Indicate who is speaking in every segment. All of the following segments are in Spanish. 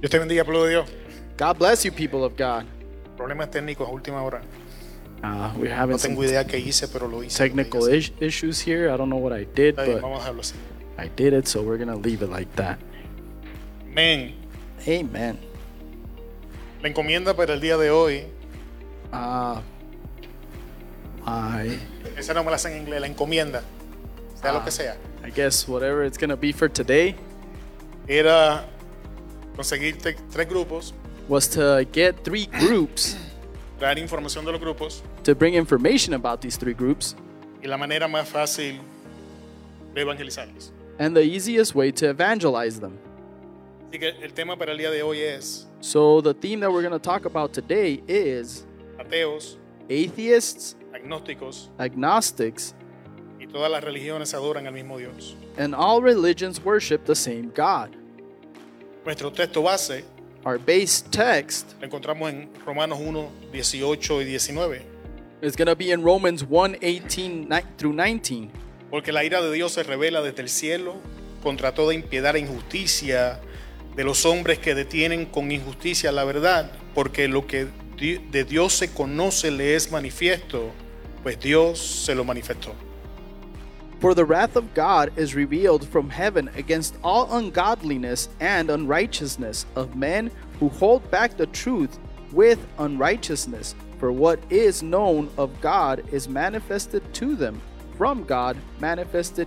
Speaker 1: Dios te bendiga, pueblo de Dios.
Speaker 2: God bless you, people of God.
Speaker 1: Problemas técnicos a última hora.
Speaker 2: Uh, we're
Speaker 1: No
Speaker 2: having some
Speaker 1: tengo idea qué hice, pero lo hice. lo
Speaker 2: technical
Speaker 1: hice.
Speaker 2: is- issues here. I don't know what I did,
Speaker 1: Está bien,
Speaker 2: but
Speaker 1: vamos a dejarlo así.
Speaker 2: I did it, so we're going to leave it like that.
Speaker 1: Amén.
Speaker 2: Amen.
Speaker 1: La encomienda para el día de hoy,
Speaker 2: Uh, I,
Speaker 1: esa no me la hacen en inglés, la encomienda, sea lo que sea,
Speaker 2: I guess whatever it's going to be for today
Speaker 1: era conseguir te- tres grupos,
Speaker 2: was to get three groups
Speaker 1: traer información de los grupos
Speaker 2: to bring information about these three groups
Speaker 1: y la manera más fácil de evangelizarlos.
Speaker 2: and the easiest way to evangelize them.
Speaker 1: Así que el tema para el día de hoy es
Speaker 2: So, the theme that we're going to talk about today is
Speaker 1: ateos,
Speaker 2: atheists,
Speaker 1: agnósticos
Speaker 2: agnostics,
Speaker 1: y todas las religiones adoran al mismo Dios.
Speaker 2: and all religions worship the same God.
Speaker 1: Nuestro texto base
Speaker 2: Our base text
Speaker 1: lo encontramos en Romanos 1, 18 y 19,
Speaker 2: is going to be in Romans 1 through 19.
Speaker 1: porque la ira de Dios se revela desde el cielo contra toda impiedad e injusticia de los hombres que detienen con injusticia la verdad, porque lo que di- de Dios se conoce le es manifiesto, pues Dios se lo manifestó.
Speaker 2: For the wrath of God is revealed from heaven against all ungodliness and unrighteousness of men who hold back the truth with unrighteousness. For what is known of God is manifested to them, from God manifested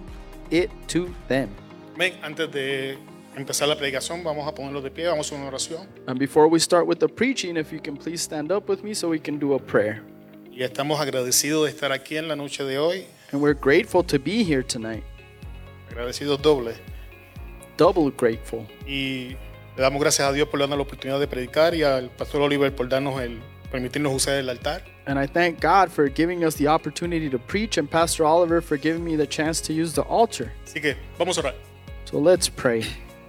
Speaker 2: it to them.
Speaker 1: Amén. Antes de empezar la predicación, vamos a ponerlo de pie, vamos a una oración.
Speaker 2: And before we start with the preaching, if you can please stand up with me so we can do a prayer.
Speaker 1: Y estamos agradecidos de estar aquí en la noche de hoy,
Speaker 2: And we're grateful to be here tonight,
Speaker 1: agradecidos doble.
Speaker 2: double grateful.
Speaker 1: Y le damos gracias a Dios por darnos la oportunidad de predicar y al pastor Oliver por darnos el permitirnos usar el altar.
Speaker 2: And I thank God for giving us the opportunity to preach and Pastor Oliver for giving me the chance to use the altar.
Speaker 1: Así que vamos a orar.
Speaker 2: So let's pray.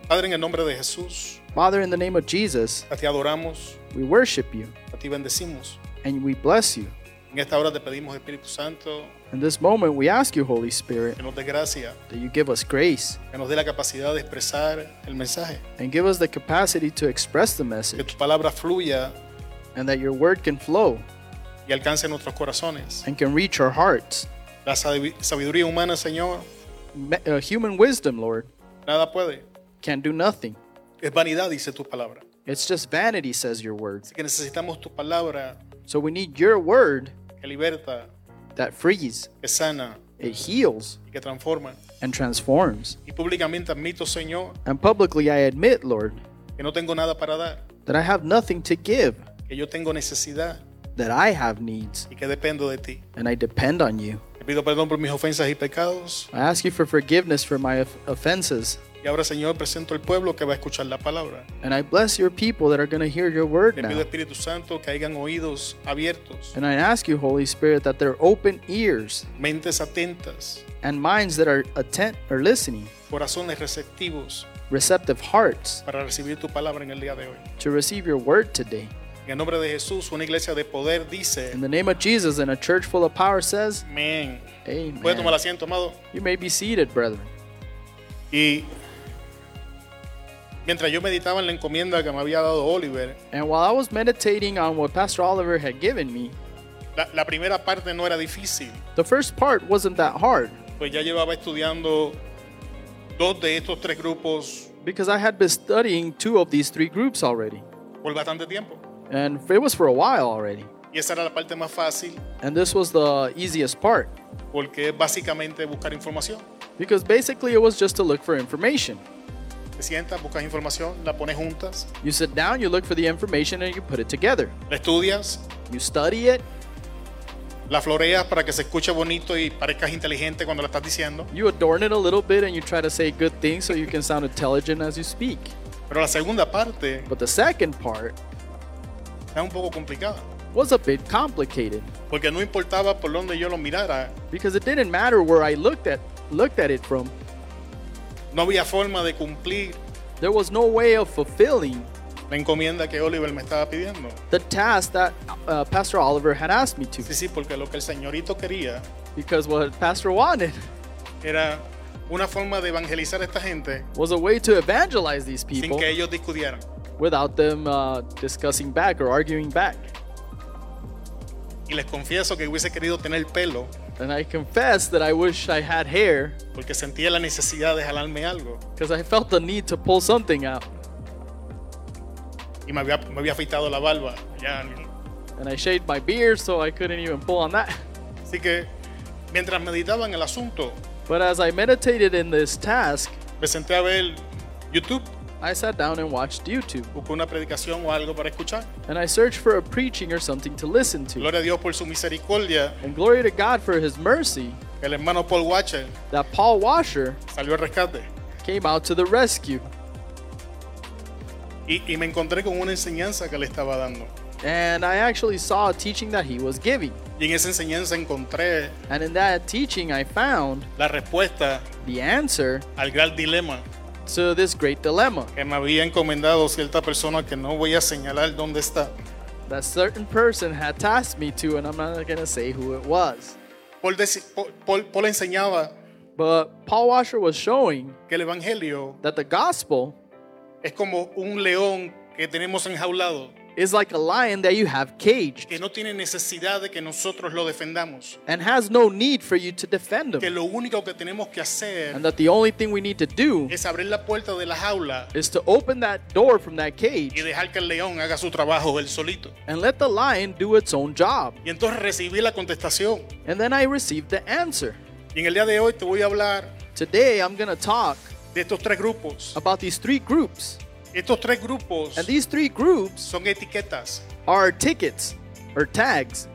Speaker 1: Padre, en el nombre de Jesús,
Speaker 2: Father, in the name of Jesus,
Speaker 1: a ti adoramos,
Speaker 2: we worship you
Speaker 1: a ti bendecimos.
Speaker 2: and we bless you.
Speaker 1: En esta hora te pedimos, Espíritu Santo,
Speaker 2: In this moment, we ask you, Holy Spirit,
Speaker 1: que nos dé gracia,
Speaker 2: that you give us grace
Speaker 1: que nos dé la capacidad de expresar el mensaje,
Speaker 2: and give us the capacity to express the
Speaker 1: que
Speaker 2: message
Speaker 1: tu palabra fluya
Speaker 2: and that your word can flow
Speaker 1: y alcance nuestros corazones.
Speaker 2: and can reach our hearts.
Speaker 1: La sabi- sabiduría humana, Señor,
Speaker 2: Me- uh, human wisdom, Lord,
Speaker 1: nada puede.
Speaker 2: can do nothing.
Speaker 1: Es vanidad, dice tu palabra.
Speaker 2: It's just vanity, says your word.
Speaker 1: Así que necesitamos tu palabra
Speaker 2: So we need your word
Speaker 1: que liberta,
Speaker 2: that frees,
Speaker 1: que sana
Speaker 2: it heals,
Speaker 1: y que transforma.
Speaker 2: and transforms.
Speaker 1: Y públicamente admito, Señor,
Speaker 2: And publicly I admit, Lord,
Speaker 1: que no tengo nada para dar,
Speaker 2: that I have nothing to give,
Speaker 1: que yo tengo necesidad
Speaker 2: that I have needs,
Speaker 1: y que dependo de ti.
Speaker 2: and I depend on you.
Speaker 1: Te pido perdón por mis ofensas y pecados.
Speaker 2: I ask you for forgiveness for my of- offenses,
Speaker 1: Y ahora, Señor, presento el pueblo que va a escuchar la palabra.
Speaker 2: and I bless your people that are going to hear your word
Speaker 1: Te pido,
Speaker 2: now.
Speaker 1: Espíritu Santo, que hayan oídos abiertos,
Speaker 2: And I ask you, Holy Spirit, that their open ears
Speaker 1: mentes atentas,
Speaker 2: and minds that are attent or listening,
Speaker 1: corazones receptivos
Speaker 2: receptive hearts,
Speaker 1: para recibir tu palabra en el día de hoy.
Speaker 2: to receive your word today.
Speaker 1: En el nombre de Jesús, una iglesia de poder dice,
Speaker 2: In the name of Jesus, and a church full of power says,
Speaker 1: amén. Puede tomar
Speaker 2: Amen.
Speaker 1: asiento, amado.
Speaker 2: You may be seated, brethren.
Speaker 1: Y mientras yo meditaba en la encomienda que me había dado Oliver,
Speaker 2: And while I was meditating on what Pastor Oliver had given me,
Speaker 1: la, la primera parte no era difícil,
Speaker 2: the first part wasn't that hard.
Speaker 1: pues ya llevaba estudiando dos de estos tres grupos
Speaker 2: because I had been studying two of these three groups already,
Speaker 1: por bastante tiempo.
Speaker 2: and it was for a while already.
Speaker 1: Y esa era la parte más fácil,
Speaker 2: And this was the easiest part
Speaker 1: porque es básicamente buscar información.
Speaker 2: because basically it was just to look for information.
Speaker 1: Te sientas, buscas información, la pones juntas,
Speaker 2: You sit down, you look for the information, and you put it together.
Speaker 1: la estudias,
Speaker 2: You study it,
Speaker 1: la floreas para que se escuche bonito y parezcas inteligente cuando la estás diciendo.
Speaker 2: you adorn it a little bit, and you try to say good things so you can sound intelligent as you speak.
Speaker 1: Pero la segunda parte
Speaker 2: But the second part
Speaker 1: es un poco complicada,
Speaker 2: was a bit complicated
Speaker 1: porque no importaba por dónde yo lo mirara,
Speaker 2: because it didn't matter where I looked at looked at it from.
Speaker 1: no había forma de cumplir
Speaker 2: There was no way of fulfilling
Speaker 1: la encomienda que Oliver me estaba pidiendo.
Speaker 2: the task that uh, Pastor Oliver had asked me to.
Speaker 1: Sí, sí, porque lo que el señorito quería
Speaker 2: because what pastor wanted
Speaker 1: era una forma de evangelizar a esta gente
Speaker 2: was a way to evangelize these
Speaker 1: sin
Speaker 2: people
Speaker 1: que ellos discutieran.
Speaker 2: without them uh, discussing back or arguing back.
Speaker 1: Y les confieso que hubiese querido tener pelo
Speaker 2: And I confess that I wish I had hair
Speaker 1: porque sentía la necesidad de jalarme algo.
Speaker 2: because I felt the need to pull something out.
Speaker 1: Y me había, me había afeitado la barba. Ya,
Speaker 2: And I shaved my beard so I couldn't even pull on that.
Speaker 1: Así que mientras meditaba en el asunto,
Speaker 2: But as I meditated in this task,
Speaker 1: me senté a ver YouTube,
Speaker 2: I sat down and watched YouTube.
Speaker 1: busqué una predicación o algo para escuchar.
Speaker 2: And I searched for a preaching or something to listen to.
Speaker 1: Gloria a Dios por su misericordia.
Speaker 2: And glory to God for his mercy
Speaker 1: El hermano Paul Watcher
Speaker 2: that Paul Washer
Speaker 1: salió al rescate.
Speaker 2: came out to the rescue.
Speaker 1: Y, y me encontré con una enseñanza que le estaba dando.
Speaker 2: And I actually saw a teaching that he was giving.
Speaker 1: Y en esa enseñanza encontré
Speaker 2: And in that teaching, I found
Speaker 1: la respuesta
Speaker 2: the answer
Speaker 1: al gran dilema
Speaker 2: to this great dilemma
Speaker 1: que me había encomendado cierta persona que no voy a señalar dónde está.
Speaker 2: that certain person had tasked me to, and I'm not going to say who it was.
Speaker 1: Paul, deci- Paul- Paul- Paul enseñaba
Speaker 2: But Paul Washer was showing
Speaker 1: que el Evangelio
Speaker 2: that the gospel
Speaker 1: es como un león que tenemos enjaulado,
Speaker 2: is like a lion that you have caged
Speaker 1: que no tiene necesidad de que nosotros lo defendamos,
Speaker 2: and has no need for you to defend
Speaker 1: que
Speaker 2: him.
Speaker 1: lo único que tenemos que hacer
Speaker 2: And that the only thing we need to do
Speaker 1: es abrir la puerta de la jaula
Speaker 2: is to open that door from that
Speaker 1: y
Speaker 2: cage
Speaker 1: dejar que el león haga su trabajo él solito.
Speaker 2: and let the lion do its own job.
Speaker 1: Y entonces recibí la contestación.
Speaker 2: And then I received the answer.
Speaker 1: Y en el día de hoy te voy a hablar
Speaker 2: Today I'm going to talk
Speaker 1: de estos tres grupos.
Speaker 2: about these three groups.
Speaker 1: Estos tres grupos
Speaker 2: And these three groups
Speaker 1: son etiquetas
Speaker 2: are tickets or tags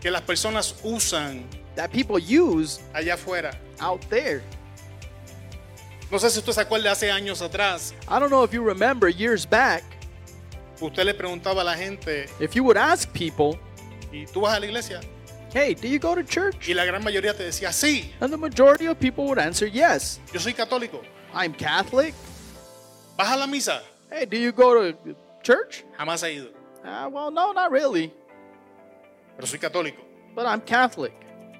Speaker 1: que las personas usan
Speaker 2: that people use
Speaker 1: allá afuera.
Speaker 2: out there.
Speaker 1: No sé si usted se acuerda hace años atrás,
Speaker 2: I don't know if you remember years back,
Speaker 1: usted le preguntaba a la gente,
Speaker 2: if you would ask people,
Speaker 1: ¿y tú vas a la iglesia?
Speaker 2: hey, do you go to church?
Speaker 1: Y la gran mayoría te decía, sí,
Speaker 2: And the majority of people would answer yes.
Speaker 1: yo soy católico.
Speaker 2: I'm Catholic.
Speaker 1: ¿Vas a la misa?
Speaker 2: Hey, do you go to church?
Speaker 1: Jamás he ido,
Speaker 2: Uh, well, no, not really.
Speaker 1: pero soy católico.
Speaker 2: But I'm Catholic.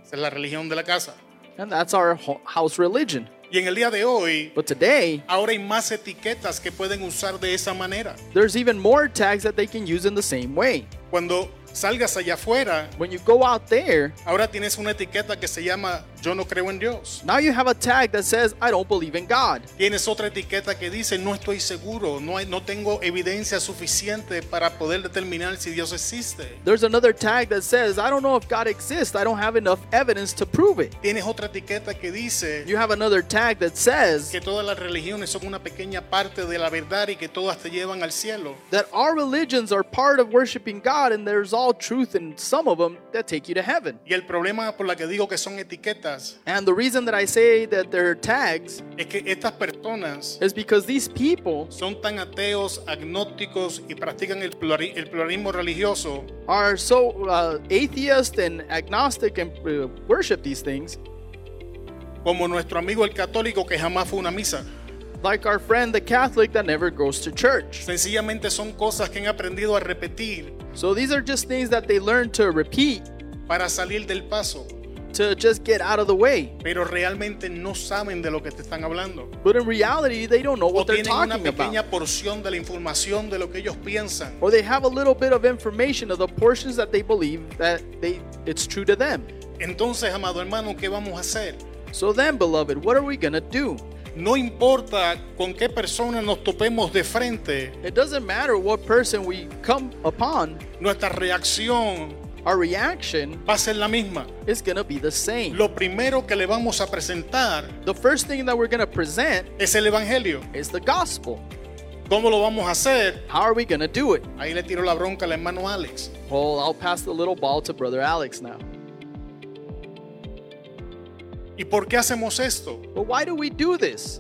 Speaker 1: Esa es la religión de la casa.
Speaker 2: And that's our ho- house religion.
Speaker 1: Y en el día de hoy,
Speaker 2: But today,
Speaker 1: ahora hay más etiquetas que pueden usar de esa manera.
Speaker 2: there's even more tags that they can use in the same way.
Speaker 1: Cuando salgas allá afuera,
Speaker 2: When you go out there,
Speaker 1: ahora tienes una etiqueta que se llama yo no creo en Dios.
Speaker 2: now you have a tag that says, I don't believe in God.
Speaker 1: Tienes otra etiqueta que dice no estoy seguro, no, hay- no tengo evidencia suficiente para poder determinar si Dios existe.
Speaker 2: There's another tag that says, I don't know if God exists. I don't have enough evidence to prove it.
Speaker 1: Tienes otra etiqueta que dice
Speaker 2: You have another tag that says
Speaker 1: que todas las religiones son una pequeña parte de la verdad y que todas te llevan al cielo.
Speaker 2: that our religions are part of worshiping God and there's all truth in some of them that take you to heaven.
Speaker 1: Y el problema por la que digo que son etiquetas
Speaker 2: And the reason that I say that they're tags
Speaker 1: es que estas personas
Speaker 2: is because these people
Speaker 1: son tan ateos, agnósticos y practican el, plurali- el pluralismo religioso
Speaker 2: are so uh, atheist and agnostic and uh, worship these things,
Speaker 1: como nuestro amigo el católico que jamás fue a una misa.
Speaker 2: like our friend the Catholic that never goes to church.
Speaker 1: Sencillamente son cosas que han aprendido a repetir
Speaker 2: So these are just things that they learn to repeat
Speaker 1: para salir del paso,
Speaker 2: to just get out of the way.
Speaker 1: pero realmente no saben de lo que te están hablando.
Speaker 2: But in reality, they don't know
Speaker 1: O
Speaker 2: what they're
Speaker 1: tienen una
Speaker 2: talking
Speaker 1: pequeña
Speaker 2: about.
Speaker 1: porción de la información de lo que ellos piensan,
Speaker 2: Or they have a little bit of information of the portions that they believe that they it's true to them.
Speaker 1: Entonces, amado hermano, ¿qué vamos a hacer?
Speaker 2: So then, beloved, what are we gonna do?
Speaker 1: No importa con qué persona nos topemos de frente,
Speaker 2: It doesn't matter what person we come upon,
Speaker 1: nuestra reacción
Speaker 2: our reaction
Speaker 1: va a ser la misma.
Speaker 2: is gonna be the same.
Speaker 1: Lo primero que le vamos a presentar
Speaker 2: The first thing that we're gonna present
Speaker 1: es el Evangelio.
Speaker 2: is the gospel.
Speaker 1: ¿Cómo lo vamos a hacer?
Speaker 2: How are we gonna do it?
Speaker 1: Ahí le tiro la bronca al hermano Alex.
Speaker 2: Well, I'll pass the little ball to Brother Alex now.
Speaker 1: ¿Y por qué hacemos esto?
Speaker 2: But why do we do this?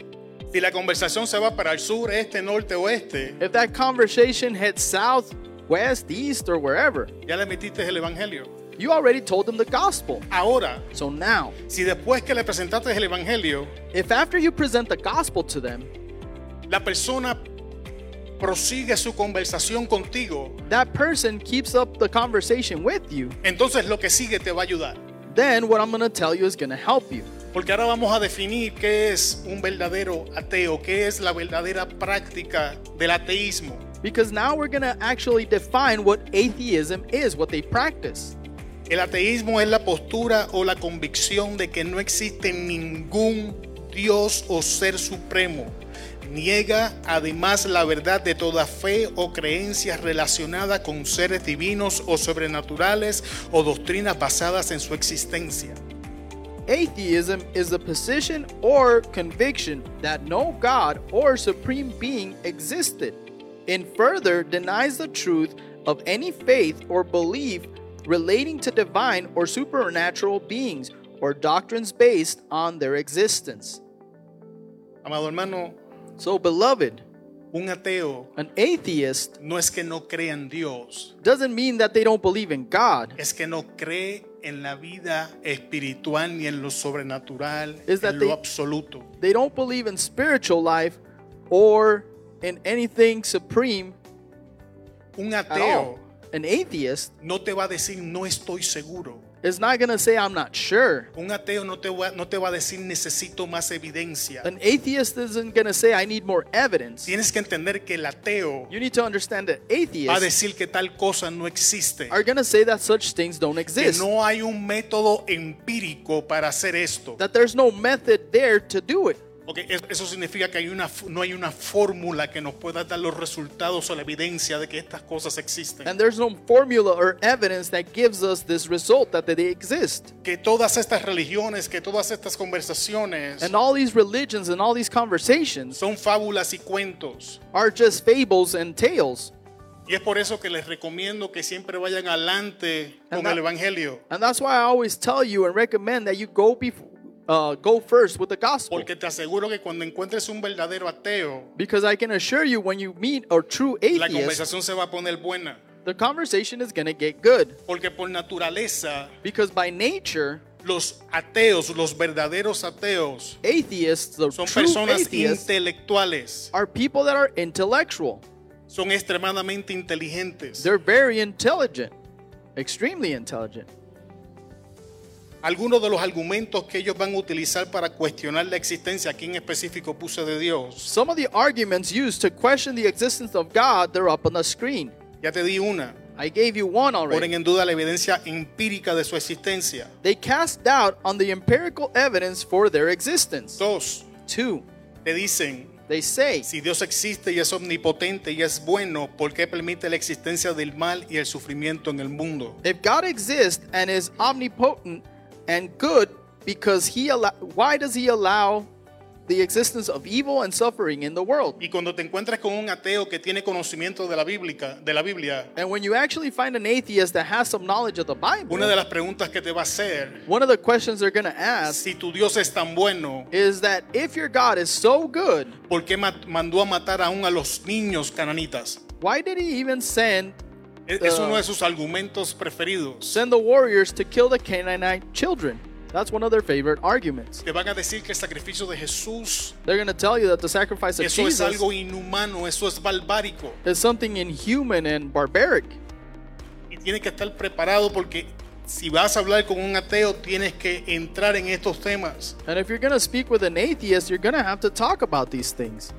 Speaker 1: Si la conversación se va para el sur, este, norte, oeste,
Speaker 2: If that conversation heads south, west, east, or wherever,
Speaker 1: ya le metiste el Evangelio.
Speaker 2: you already told them the gospel.
Speaker 1: Ahora,
Speaker 2: So now,
Speaker 1: si después que le presentaste el Evangelio,
Speaker 2: if after you present the gospel to them,
Speaker 1: la persona prosigue su conversación contigo,
Speaker 2: that person keeps up the conversation with you,
Speaker 1: entonces lo que sigue te va a ayudar.
Speaker 2: then what I'm gonna tell you is gonna help you.
Speaker 1: Porque ahora vamos a definir qué es un verdadero ateo, qué es la verdadera práctica del ateísmo.
Speaker 2: Because now we're going to actually define what atheism is, what they practice.
Speaker 1: El ateísmo es la postura o la convicción de que no existe ningún Dios o ser supremo. Niega además la verdad de toda fe o creencia relacionada con seres divinos o sobrenaturales o doctrinas basadas en su existencia.
Speaker 2: Atheism is the position or conviction that no God or supreme being existed, and further denies the truth of any faith or belief relating to divine or supernatural beings or doctrines based on their existence.
Speaker 1: Amado hermano,
Speaker 2: So, beloved,
Speaker 1: un ateo
Speaker 2: an atheist
Speaker 1: no es que no crea en Dios,
Speaker 2: doesn't mean that they don't believe in God,
Speaker 1: es que no cree en la vida espiritual ni en lo sobrenatural,
Speaker 2: Is that
Speaker 1: en lo
Speaker 2: they-
Speaker 1: absoluto.
Speaker 2: they don't believe in spiritual life or in anything supreme
Speaker 1: Un
Speaker 2: at
Speaker 1: ateo
Speaker 2: all. An atheist
Speaker 1: no te va a decir no estoy seguro.
Speaker 2: is not going to say, I'm not sure.
Speaker 1: Un ateo no te, va, no te va a decir necesito más evidencia.
Speaker 2: An atheist isn't going to say, I need more evidence.
Speaker 1: Tienes que entender que el ateo
Speaker 2: You need to understand that
Speaker 1: va a
Speaker 2: atheists
Speaker 1: decir que tal cosa no existe.
Speaker 2: are going to say that such things don't
Speaker 1: Que
Speaker 2: exist,
Speaker 1: no hay un método empírico para hacer esto.
Speaker 2: that there's no method there to do it.
Speaker 1: Ok, es- eso significa que hay una, f- no hay una fórmula que nos pueda dar los resultados o la evidencia de que estas cosas existen.
Speaker 2: And there's no formula or evidence that gives us this result that they exist.
Speaker 1: Que todas estas religiones, que todas estas conversaciones
Speaker 2: And all these religions and all these conversations
Speaker 1: son fábulas y cuentos.
Speaker 2: are just fables and tales.
Speaker 1: Y es por eso que les recomiendo que siempre vayan adelante con
Speaker 2: Anda.
Speaker 1: el Evangelio.
Speaker 2: And that's why I always tell you and recommend that you go before, uh, go first with the gospel.
Speaker 1: Porque te aseguro que cuando encuentres un verdadero ateo,
Speaker 2: Because I can assure you, when you meet a true
Speaker 1: la
Speaker 2: atheist,
Speaker 1: conversación se va a poner buena.
Speaker 2: the conversation is going to get good.
Speaker 1: Porque por naturaleza,
Speaker 2: Because by nature,
Speaker 1: los ateos, los verdaderos ateos,
Speaker 2: atheists, the
Speaker 1: son
Speaker 2: true
Speaker 1: personas
Speaker 2: atheists,
Speaker 1: intelectuales,
Speaker 2: are people that are intellectual.
Speaker 1: son extremadamente inteligentes.
Speaker 2: They're very intelligent, extremely intelligent.
Speaker 1: Algunos de los argumentos que ellos van a utilizar para cuestionar la existencia, aquí en específico puse de Dios,
Speaker 2: Some of the arguments used to question the existence of God, they're up on the screen.
Speaker 1: ya te di una,
Speaker 2: I gave you one
Speaker 1: ponen
Speaker 2: already.
Speaker 1: en duda la evidencia empírica de su existencia.
Speaker 2: They cast doubt on the empirical evidence for their existence.
Speaker 1: Dos,
Speaker 2: Two,
Speaker 1: te dicen,
Speaker 2: they say,
Speaker 1: Si Dios existe y es omnipotente y es bueno, ¿por qué permite la existencia del mal y el sufrimiento en el mundo?
Speaker 2: if God exists and is omnipotent and good, because he allow, why does he allow the existence of evil and suffering in the world?
Speaker 1: Y cuando te encuentras con un ateo que tiene conocimiento de la Biblia, de la Biblia,
Speaker 2: And when you actually find an atheist that has some knowledge of the Bible,
Speaker 1: una de las preguntas que te va a hacer,
Speaker 2: one of the questions they're going to ask
Speaker 1: si tu Dios es tan bueno,
Speaker 2: is that if your God is so good,
Speaker 1: ¿por qué ma- mandó a matar aún a los niños cananitas?
Speaker 2: why did he even send
Speaker 1: E- Es uno de sus argumentos preferidos.
Speaker 2: send the warriors to kill the Canaanite children? That's one of their favorite arguments.
Speaker 1: Te van a decir que el sacrificio de Jesús,
Speaker 2: They're going to tell you that the sacrifice of
Speaker 1: eso es
Speaker 2: Jesus
Speaker 1: algo inhumano, eso es barbárico.
Speaker 2: is something inhuman and barbaric.
Speaker 1: y tienes que estar preparado porque si vas a hablar con un ateo tienes que entrar en estos temas.
Speaker 2: And if you're going to speak with an atheist, you're going to have to talk about these things.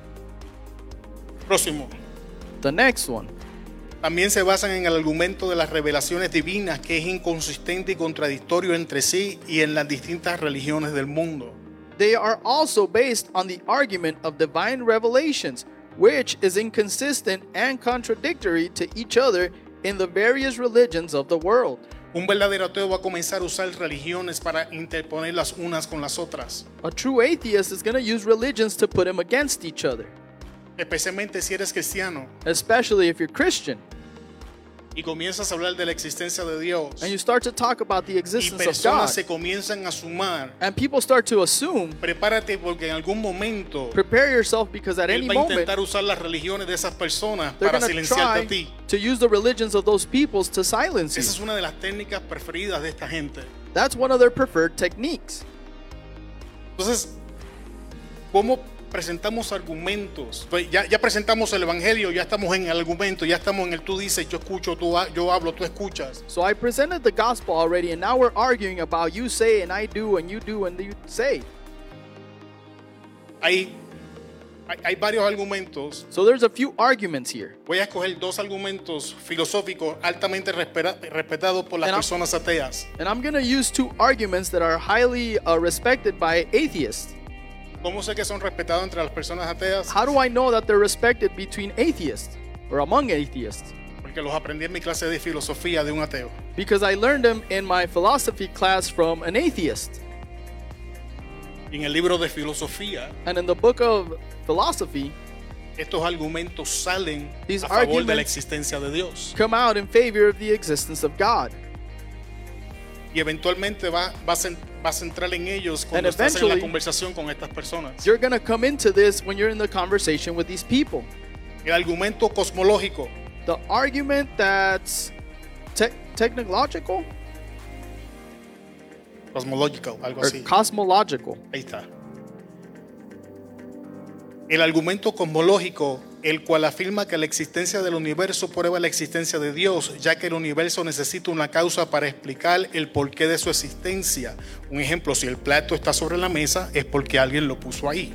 Speaker 1: Próximo.
Speaker 2: The next one.
Speaker 1: También se basan en el argumento de las revelaciones divinas que es inconsistente y contradictorio entre sí y en las distintas religiones del mundo.
Speaker 2: They are also based on the argument of divine revelations, which is inconsistent and contradictory to each other in the various religions of the world.
Speaker 1: Un verdadero ateo va a comenzar a usar religiones para interponer las unas con las otras,
Speaker 2: A true atheist is going to use religions to put him against each other,
Speaker 1: especialmente si eres cristiano
Speaker 2: especially if you're Christian
Speaker 1: y comienzas a hablar de la existencia de Dios
Speaker 2: and you start to talk about the
Speaker 1: y
Speaker 2: existence of God.
Speaker 1: personas se comienzan a sumar.
Speaker 2: And people start to assume,
Speaker 1: Prepárate porque en algún momento
Speaker 2: prepare yourself because at any
Speaker 1: Él va a
Speaker 2: moment
Speaker 1: intentar usar las religiones de esas personas
Speaker 2: they're
Speaker 1: para
Speaker 2: going to
Speaker 1: silenciarte
Speaker 2: try
Speaker 1: a ti.
Speaker 2: to use the religions of those peoples to silence
Speaker 1: Esa es
Speaker 2: you.
Speaker 1: una de las técnicas preferidas de esta gente.
Speaker 2: That's one of their preferred techniques.
Speaker 1: Entonces, ¿cómo presentamos argumentos. Pues ya, ya presentamos el Evangelio, ya estamos en el argumento, ya estamos en el tú dices, yo escucho, tú, ha- yo hablo, tú escuchas.
Speaker 2: So I presented the gospel already, and now we're arguing about you say and I do, and you do and you say.
Speaker 1: Hay, hay, hay varios argumentos.
Speaker 2: So there's a few arguments here.
Speaker 1: Voy a escoger dos argumentos filosóficos altamente respera- respetados por las
Speaker 2: Pero-
Speaker 1: personas ateas.
Speaker 2: And I'm going to use two arguments that are highly uh, respected by atheists.
Speaker 1: ¿Cómo sé que son respetados entre las personas ateas?
Speaker 2: How do I know that they're respected between atheists or among atheists?
Speaker 1: Porque los aprendí en mi clase de filosofía de un ateo.
Speaker 2: Because I learned them in my philosophy class from an atheist.
Speaker 1: Y en el libro de filosofía,
Speaker 2: And in the book of philosophy,
Speaker 1: estos argumentos salen
Speaker 2: These
Speaker 1: a favor de la
Speaker 2: arguments-
Speaker 1: existencia de Dios.
Speaker 2: come out in favor of the existence of God.
Speaker 1: Y eventualmente va, vas en- vas a entrar en ellos cuando
Speaker 2: And
Speaker 1: estás en la
Speaker 2: eventually-
Speaker 1: conversación con estas personas.
Speaker 2: You're going to come into this when you're in the conversation with these people.
Speaker 1: El argumento cosmológico
Speaker 2: The argument that's te- technological
Speaker 1: cosmológico, algo
Speaker 2: or
Speaker 1: así.
Speaker 2: cosmological.
Speaker 1: Ahí está. El argumento cosmológico, el cual afirma que la existencia del universo prueba la existencia de Dios, ya que el universo necesita una causa para explicar el porqué de su existencia. Un ejemplo, si el plato está sobre la mesa, es porque alguien lo puso ahí.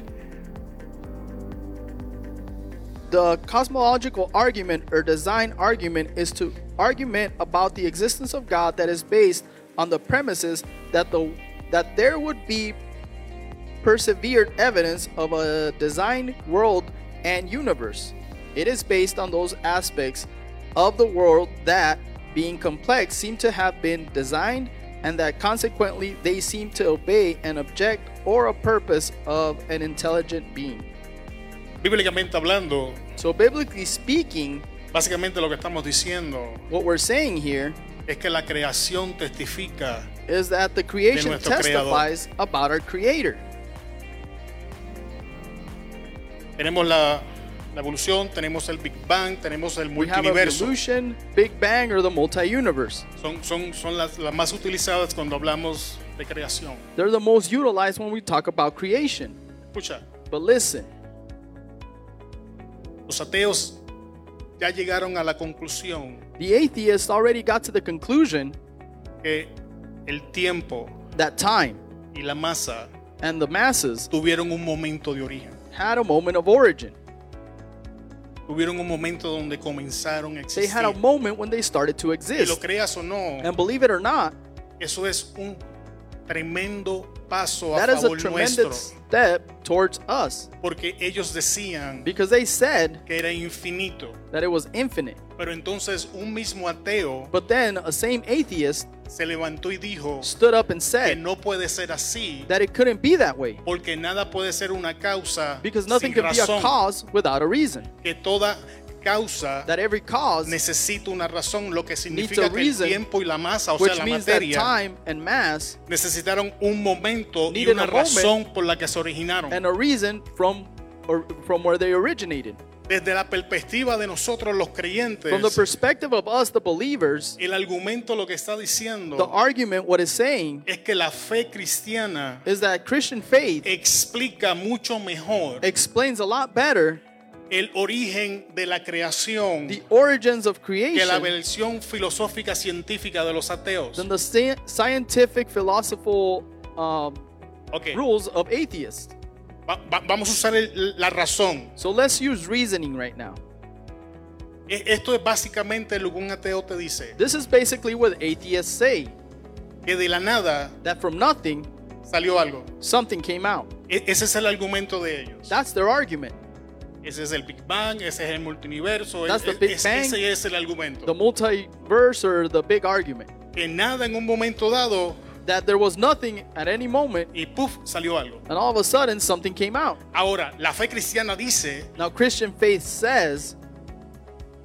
Speaker 2: The cosmological argument or design argument is to argument about the existence of God that is based on the premises that the that there would be persevered evidence of a designed world and universe. It is based on those aspects of the world that being complex seem to have been designed and that consequently they seem to obey an object or a purpose of an intelligent being.
Speaker 1: Bíblicamente hablando,
Speaker 2: So biblically speaking,
Speaker 1: básicamente lo que estamos diciendo
Speaker 2: What we're saying here
Speaker 1: es que la creación testifica
Speaker 2: is that the creation
Speaker 1: nuestro creador.
Speaker 2: testifies about our creator.
Speaker 1: Tenemos la, la evolución, tenemos el Big Bang, tenemos el
Speaker 2: We have evolution,
Speaker 1: multiverso.
Speaker 2: Big Bang, or the multi-universe.
Speaker 1: Son, son, son las, las más utilizadas cuando hablamos de creación.
Speaker 2: They're the most utilized when we talk about creation.
Speaker 1: Escucha,
Speaker 2: But listen,
Speaker 1: los ateos ya llegaron a la conclusión
Speaker 2: the atheists already got to the conclusion
Speaker 1: que el tiempo
Speaker 2: that time
Speaker 1: y la masa
Speaker 2: and the masses
Speaker 1: tuvieron un momento de origen.
Speaker 2: had a moment of origin.
Speaker 1: Tuvieron un momento donde comenzaron a
Speaker 2: They
Speaker 1: existir.
Speaker 2: had a em- moment when they started
Speaker 1: Y
Speaker 2: to
Speaker 1: lo
Speaker 2: exist.
Speaker 1: creas o no,
Speaker 2: And believe it or not,
Speaker 1: eso es un tremendo paso a
Speaker 2: that is a
Speaker 1: favor nuestro.
Speaker 2: tremendous step towards us
Speaker 1: Porque ellos decían
Speaker 2: because they said
Speaker 1: que era infinito.
Speaker 2: that it was infinite.
Speaker 1: Pero entonces un mismo ateo
Speaker 2: But then a same atheist
Speaker 1: se levantó y dijo
Speaker 2: stood up and
Speaker 1: que
Speaker 2: said,
Speaker 1: no puede ser así
Speaker 2: that it couldn't be that way
Speaker 1: porque nada puede ser una causa
Speaker 2: because nothing
Speaker 1: sin
Speaker 2: can be a
Speaker 1: razón,
Speaker 2: cause without a reason.
Speaker 1: que toda causa
Speaker 2: That every cause,
Speaker 1: necesita una razón, lo que
Speaker 2: a
Speaker 1: significa que el
Speaker 2: reason,
Speaker 1: tiempo y la masa, o sea,
Speaker 2: which
Speaker 1: la
Speaker 2: means that
Speaker 1: materia,
Speaker 2: time and mass
Speaker 1: necesitaron un momento y
Speaker 2: needed
Speaker 1: una
Speaker 2: a moment
Speaker 1: razón por la que se originaron.
Speaker 2: and a reason from or from where they originated.
Speaker 1: Desde la perspectiva de nosotros los creyentes,
Speaker 2: From the perspective of us, the believers,
Speaker 1: el argumento lo que está
Speaker 2: the
Speaker 1: diciendo
Speaker 2: argument, what it's saying,
Speaker 1: es que la fe cristiana
Speaker 2: is that Christian faith
Speaker 1: explica mucho mejor
Speaker 2: explains a lot better
Speaker 1: el origen de la creación
Speaker 2: the origins of
Speaker 1: que la
Speaker 2: creation
Speaker 1: versión filosófica científica de los ateos.
Speaker 2: than the sci- scientific, philosophical um,
Speaker 1: Ok,
Speaker 2: rules of atheists.
Speaker 1: va- va- vamos a usar el- la razón.
Speaker 2: So let's use reasoning right now.
Speaker 1: E- Esto es básicamente lo que un ateo te dice,
Speaker 2: This is basically what atheists say.
Speaker 1: que de la nada
Speaker 2: that from nothing
Speaker 1: salió algo.
Speaker 2: something came out.
Speaker 1: E- ese es el argumento de ellos.
Speaker 2: That's their argument.
Speaker 1: Ese es el Big Bang, ese es el multiverso,
Speaker 2: That's the
Speaker 1: e-
Speaker 2: Big
Speaker 1: e-
Speaker 2: Bang.
Speaker 1: ese es el
Speaker 2: The
Speaker 1: argumento.
Speaker 2: multiverse or the big argument
Speaker 1: Que nada en un momento dado
Speaker 2: that there was nothing at any moment
Speaker 1: y puff, salió algo.
Speaker 2: and all of a sudden something came out.
Speaker 1: Ahora, la fe cristiana dice
Speaker 2: Now Christian faith says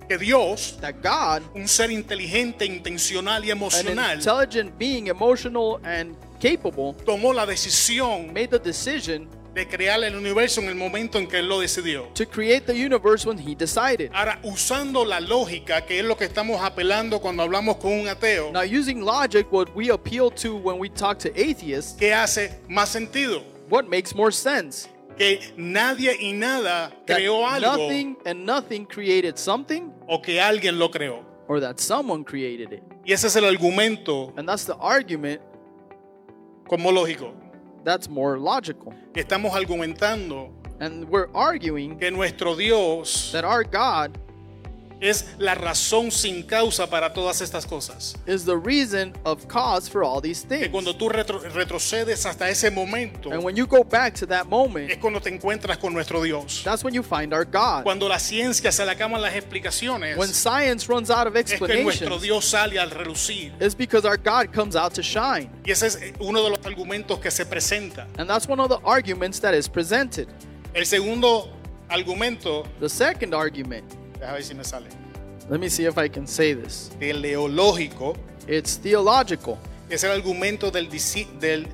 Speaker 1: que Dios,
Speaker 2: that God,
Speaker 1: un ser inteligente, intencional y
Speaker 2: an
Speaker 1: emocional,
Speaker 2: intelligent being, emotional and capable,
Speaker 1: tomó la decisión
Speaker 2: made the decision
Speaker 1: de crear el universo en el momento en que él lo decidió.
Speaker 2: to create the universe when he decided.
Speaker 1: Ahora, usando la lógica, que es lo que estamos apelando cuando hablamos con un ateo,
Speaker 2: Now using logic what we appeal to when we talk to atheists,
Speaker 1: ¿qué hace más sentido?
Speaker 2: what makes more sense?
Speaker 1: Que que nadie y nada
Speaker 2: that
Speaker 1: creó algo
Speaker 2: nothing and nothing created something
Speaker 1: o que alguien lo creó.
Speaker 2: or that someone created it.
Speaker 1: Y ese es el argumento
Speaker 2: And that's the argument
Speaker 1: cosmológico.
Speaker 2: that's more logical.
Speaker 1: Estamos argumentando
Speaker 2: And we're arguing
Speaker 1: que nuestro Dios
Speaker 2: that our God
Speaker 1: es la razón sin causa para todas estas cosas.
Speaker 2: is the reason of cause for all these
Speaker 1: Que cuando
Speaker 2: things.
Speaker 1: tú retro- retrocedes hasta ese momento,
Speaker 2: And when you go back to that
Speaker 1: es
Speaker 2: moment,
Speaker 1: cuando te encuentras con nuestro Dios.
Speaker 2: that's when you find our God.
Speaker 1: Cuando la ciencia se le acaban las
Speaker 2: When
Speaker 1: explicaciones,
Speaker 2: science runs out of
Speaker 1: es que nuestro
Speaker 2: explanations,
Speaker 1: Dios sale al relucir.
Speaker 2: it's because our God comes out to shine.
Speaker 1: Y ese es uno de los argumentos que se presenta.
Speaker 2: And that's one of the arguments that is presented.
Speaker 1: El segundo argumento,
Speaker 2: The second argument,
Speaker 1: déjame ver si me sale,
Speaker 2: let me see if I can say this.
Speaker 1: teleológico,
Speaker 2: It's theological.
Speaker 1: es el argumento del, disi- del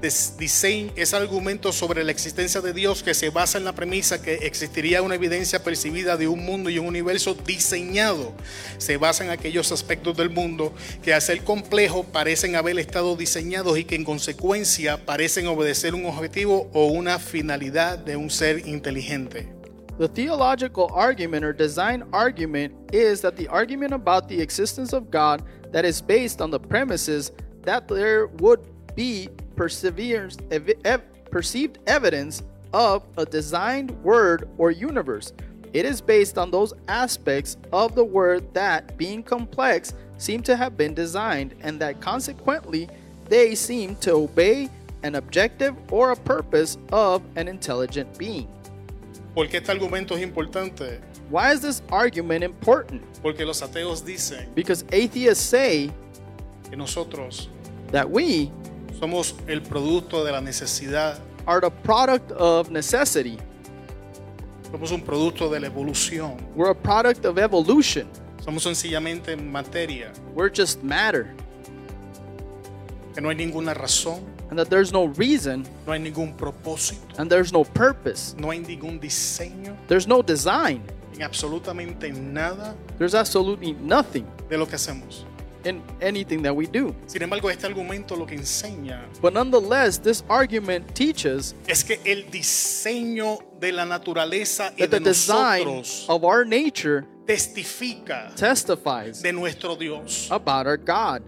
Speaker 1: des- diseño, es el argumento sobre la existencia de Dios que se basa en la premisa que existiría una evidencia percibida de un mundo y un universo diseñado. Se basa en aquellos aspectos del mundo que al ser complejo parecen haber estado diseñados y que en consecuencia parecen obedecer un objetivo o una finalidad de un ser inteligente.
Speaker 2: The theological argument or design argument is that the argument about the existence of God that is based on the premises that there would be perseverance, ev- ev- perceived evidence of a designed word or universe. It is based on those aspects of the word that, being complex, seem to have been designed, and that consequently they seem to obey an objective or a purpose of an intelligent being.
Speaker 1: ¿Por qué este argumento es importante?
Speaker 2: Why is this argument important?
Speaker 1: Porque los ateos dicen
Speaker 2: Because atheists say
Speaker 1: que nosotros
Speaker 2: that we
Speaker 1: Somos el producto de la necesidad,
Speaker 2: are the product of necessity.
Speaker 1: somos un producto de la evolución,
Speaker 2: We're a product of evolution.
Speaker 1: somos sencillamente materia,
Speaker 2: We're just matter.
Speaker 1: que no hay ninguna razón,
Speaker 2: And that there's no reason
Speaker 1: no hay ningún propósito,
Speaker 2: and there's no purpose.
Speaker 1: no hay ningún diseño
Speaker 2: There's no design.
Speaker 1: en absolutamente nada
Speaker 2: There's absolutely nothing
Speaker 1: de lo que hacemos.
Speaker 2: in anything that we do.
Speaker 1: Sin embargo, este argumento lo que enseña
Speaker 2: But nonetheless, this argument teaches
Speaker 1: es que el diseño de la naturaleza y
Speaker 2: that the
Speaker 1: de
Speaker 2: design
Speaker 1: nosotros
Speaker 2: of our nature
Speaker 1: testifica
Speaker 2: testifies
Speaker 1: de nuestro Dios.
Speaker 2: about our God.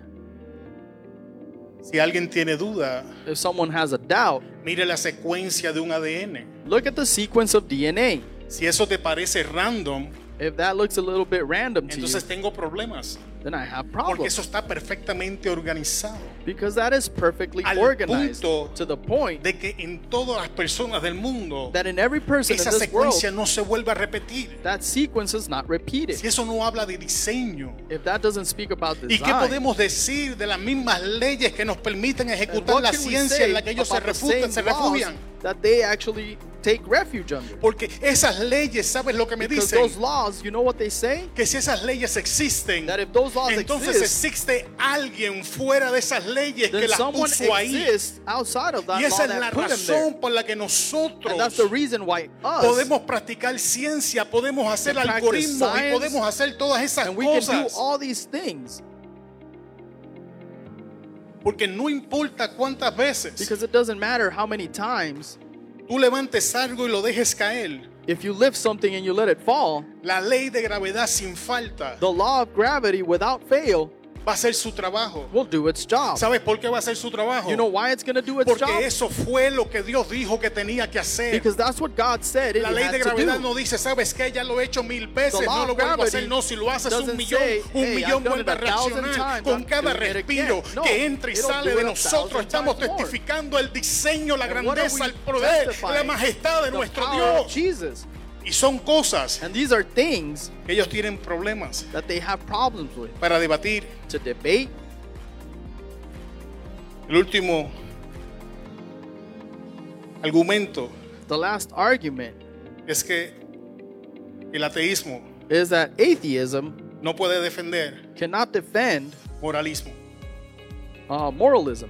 Speaker 1: Si alguien tiene duda,
Speaker 2: If someone has a doubt,
Speaker 1: mire la secuencia de un ADN.
Speaker 2: look at the sequence of DNA.
Speaker 1: Si eso te parece random,
Speaker 2: If that looks a little bit random to
Speaker 1: Entonces tengo problemas.
Speaker 2: you, then I have
Speaker 1: Porque
Speaker 2: problems.
Speaker 1: eso está perfectamente organizado.
Speaker 2: because that is perfectly
Speaker 1: Al
Speaker 2: organized
Speaker 1: punto
Speaker 2: to the point
Speaker 1: De que en todas las personas del mundo
Speaker 2: that in every person in
Speaker 1: esa
Speaker 2: this world,
Speaker 1: secuencia no se vuelve a repetir.
Speaker 2: that sequence is not repeated.
Speaker 1: Si eso no habla de diseño.
Speaker 2: If that doesn't speak about
Speaker 1: ¿Y qué
Speaker 2: design,
Speaker 1: podemos decir de las mismas leyes que nos permiten
Speaker 2: then
Speaker 1: ejecutar
Speaker 2: what
Speaker 1: la
Speaker 2: can we
Speaker 1: ciencia
Speaker 2: say
Speaker 1: en la que ellos se
Speaker 2: about the
Speaker 1: refutan,
Speaker 2: same
Speaker 1: se
Speaker 2: laws
Speaker 1: refugian?
Speaker 2: that they actually take refuge under?
Speaker 1: Porque esas leyes, ¿sabes lo que me
Speaker 2: Because
Speaker 1: dicen?
Speaker 2: those laws, you know what they say?
Speaker 1: Que si esas leyes existen,
Speaker 2: That if those laws
Speaker 1: entonces
Speaker 2: exist,
Speaker 1: existe alguien fuera de esas leyes que
Speaker 2: then
Speaker 1: las
Speaker 2: someone
Speaker 1: puso ahí.
Speaker 2: exists outside of that
Speaker 1: Y
Speaker 2: law
Speaker 1: esa es la
Speaker 2: that put them there.
Speaker 1: razón por la que
Speaker 2: And that's the
Speaker 1: nosotros
Speaker 2: reason why us
Speaker 1: podemos practicar ciencia, podemos hacer
Speaker 2: can practice
Speaker 1: algoritmos y
Speaker 2: science,
Speaker 1: podemos hacer todas esas
Speaker 2: and we can do
Speaker 1: cosas.
Speaker 2: all these things
Speaker 1: Porque no importa cuántas veces
Speaker 2: because it doesn't matter how many times
Speaker 1: tú levantes algo y lo dejes caer,
Speaker 2: if you lift something and you let it fall,
Speaker 1: la ley de gravedad sin falta
Speaker 2: the law of gravity without fail
Speaker 1: va a hacer su trabajo.
Speaker 2: will do its job.
Speaker 1: ¿Sabes por qué va a hacer su trabajo?
Speaker 2: You know why it's going to do its
Speaker 1: Porque
Speaker 2: job?
Speaker 1: eso fue lo que Dios dijo que tenía que hacer.
Speaker 2: Because that's what God said it
Speaker 1: La ley
Speaker 2: had
Speaker 1: de
Speaker 2: to
Speaker 1: gravedad
Speaker 2: do.
Speaker 1: no dice, sabes que ya lo he hecho mil veces,
Speaker 2: The law
Speaker 1: no lo
Speaker 2: of
Speaker 1: vuelvo a
Speaker 2: gravity
Speaker 1: hacer. No, si lo haces un
Speaker 2: doesn't
Speaker 1: millón,
Speaker 2: say,
Speaker 1: un
Speaker 2: "Hey,
Speaker 1: millón
Speaker 2: I've done it
Speaker 1: vuelve a
Speaker 2: a thousand
Speaker 1: reaccionar.
Speaker 2: times,
Speaker 1: Con
Speaker 2: I'm
Speaker 1: cada
Speaker 2: doing it again."
Speaker 1: respiro
Speaker 2: No,
Speaker 1: que entra y
Speaker 2: it'll
Speaker 1: sale
Speaker 2: do
Speaker 1: de
Speaker 2: it a
Speaker 1: nosotros,
Speaker 2: thousand
Speaker 1: estamos
Speaker 2: times more.
Speaker 1: testificando el diseño, la
Speaker 2: And what are
Speaker 1: grandeza,
Speaker 2: we
Speaker 1: el poder, la
Speaker 2: testifying?
Speaker 1: majestad de
Speaker 2: The
Speaker 1: nuestro
Speaker 2: power of
Speaker 1: Dios.
Speaker 2: Jesus.
Speaker 1: Y son cosas
Speaker 2: And these are things
Speaker 1: que ellos tienen problemas
Speaker 2: that they have problems with
Speaker 1: para debatir.
Speaker 2: to debate.
Speaker 1: El último argumento
Speaker 2: The last argument
Speaker 1: es que el ateísmo
Speaker 2: is that atheism
Speaker 1: no puede defender
Speaker 2: cannot defend
Speaker 1: moralismo.
Speaker 2: uh, moralism.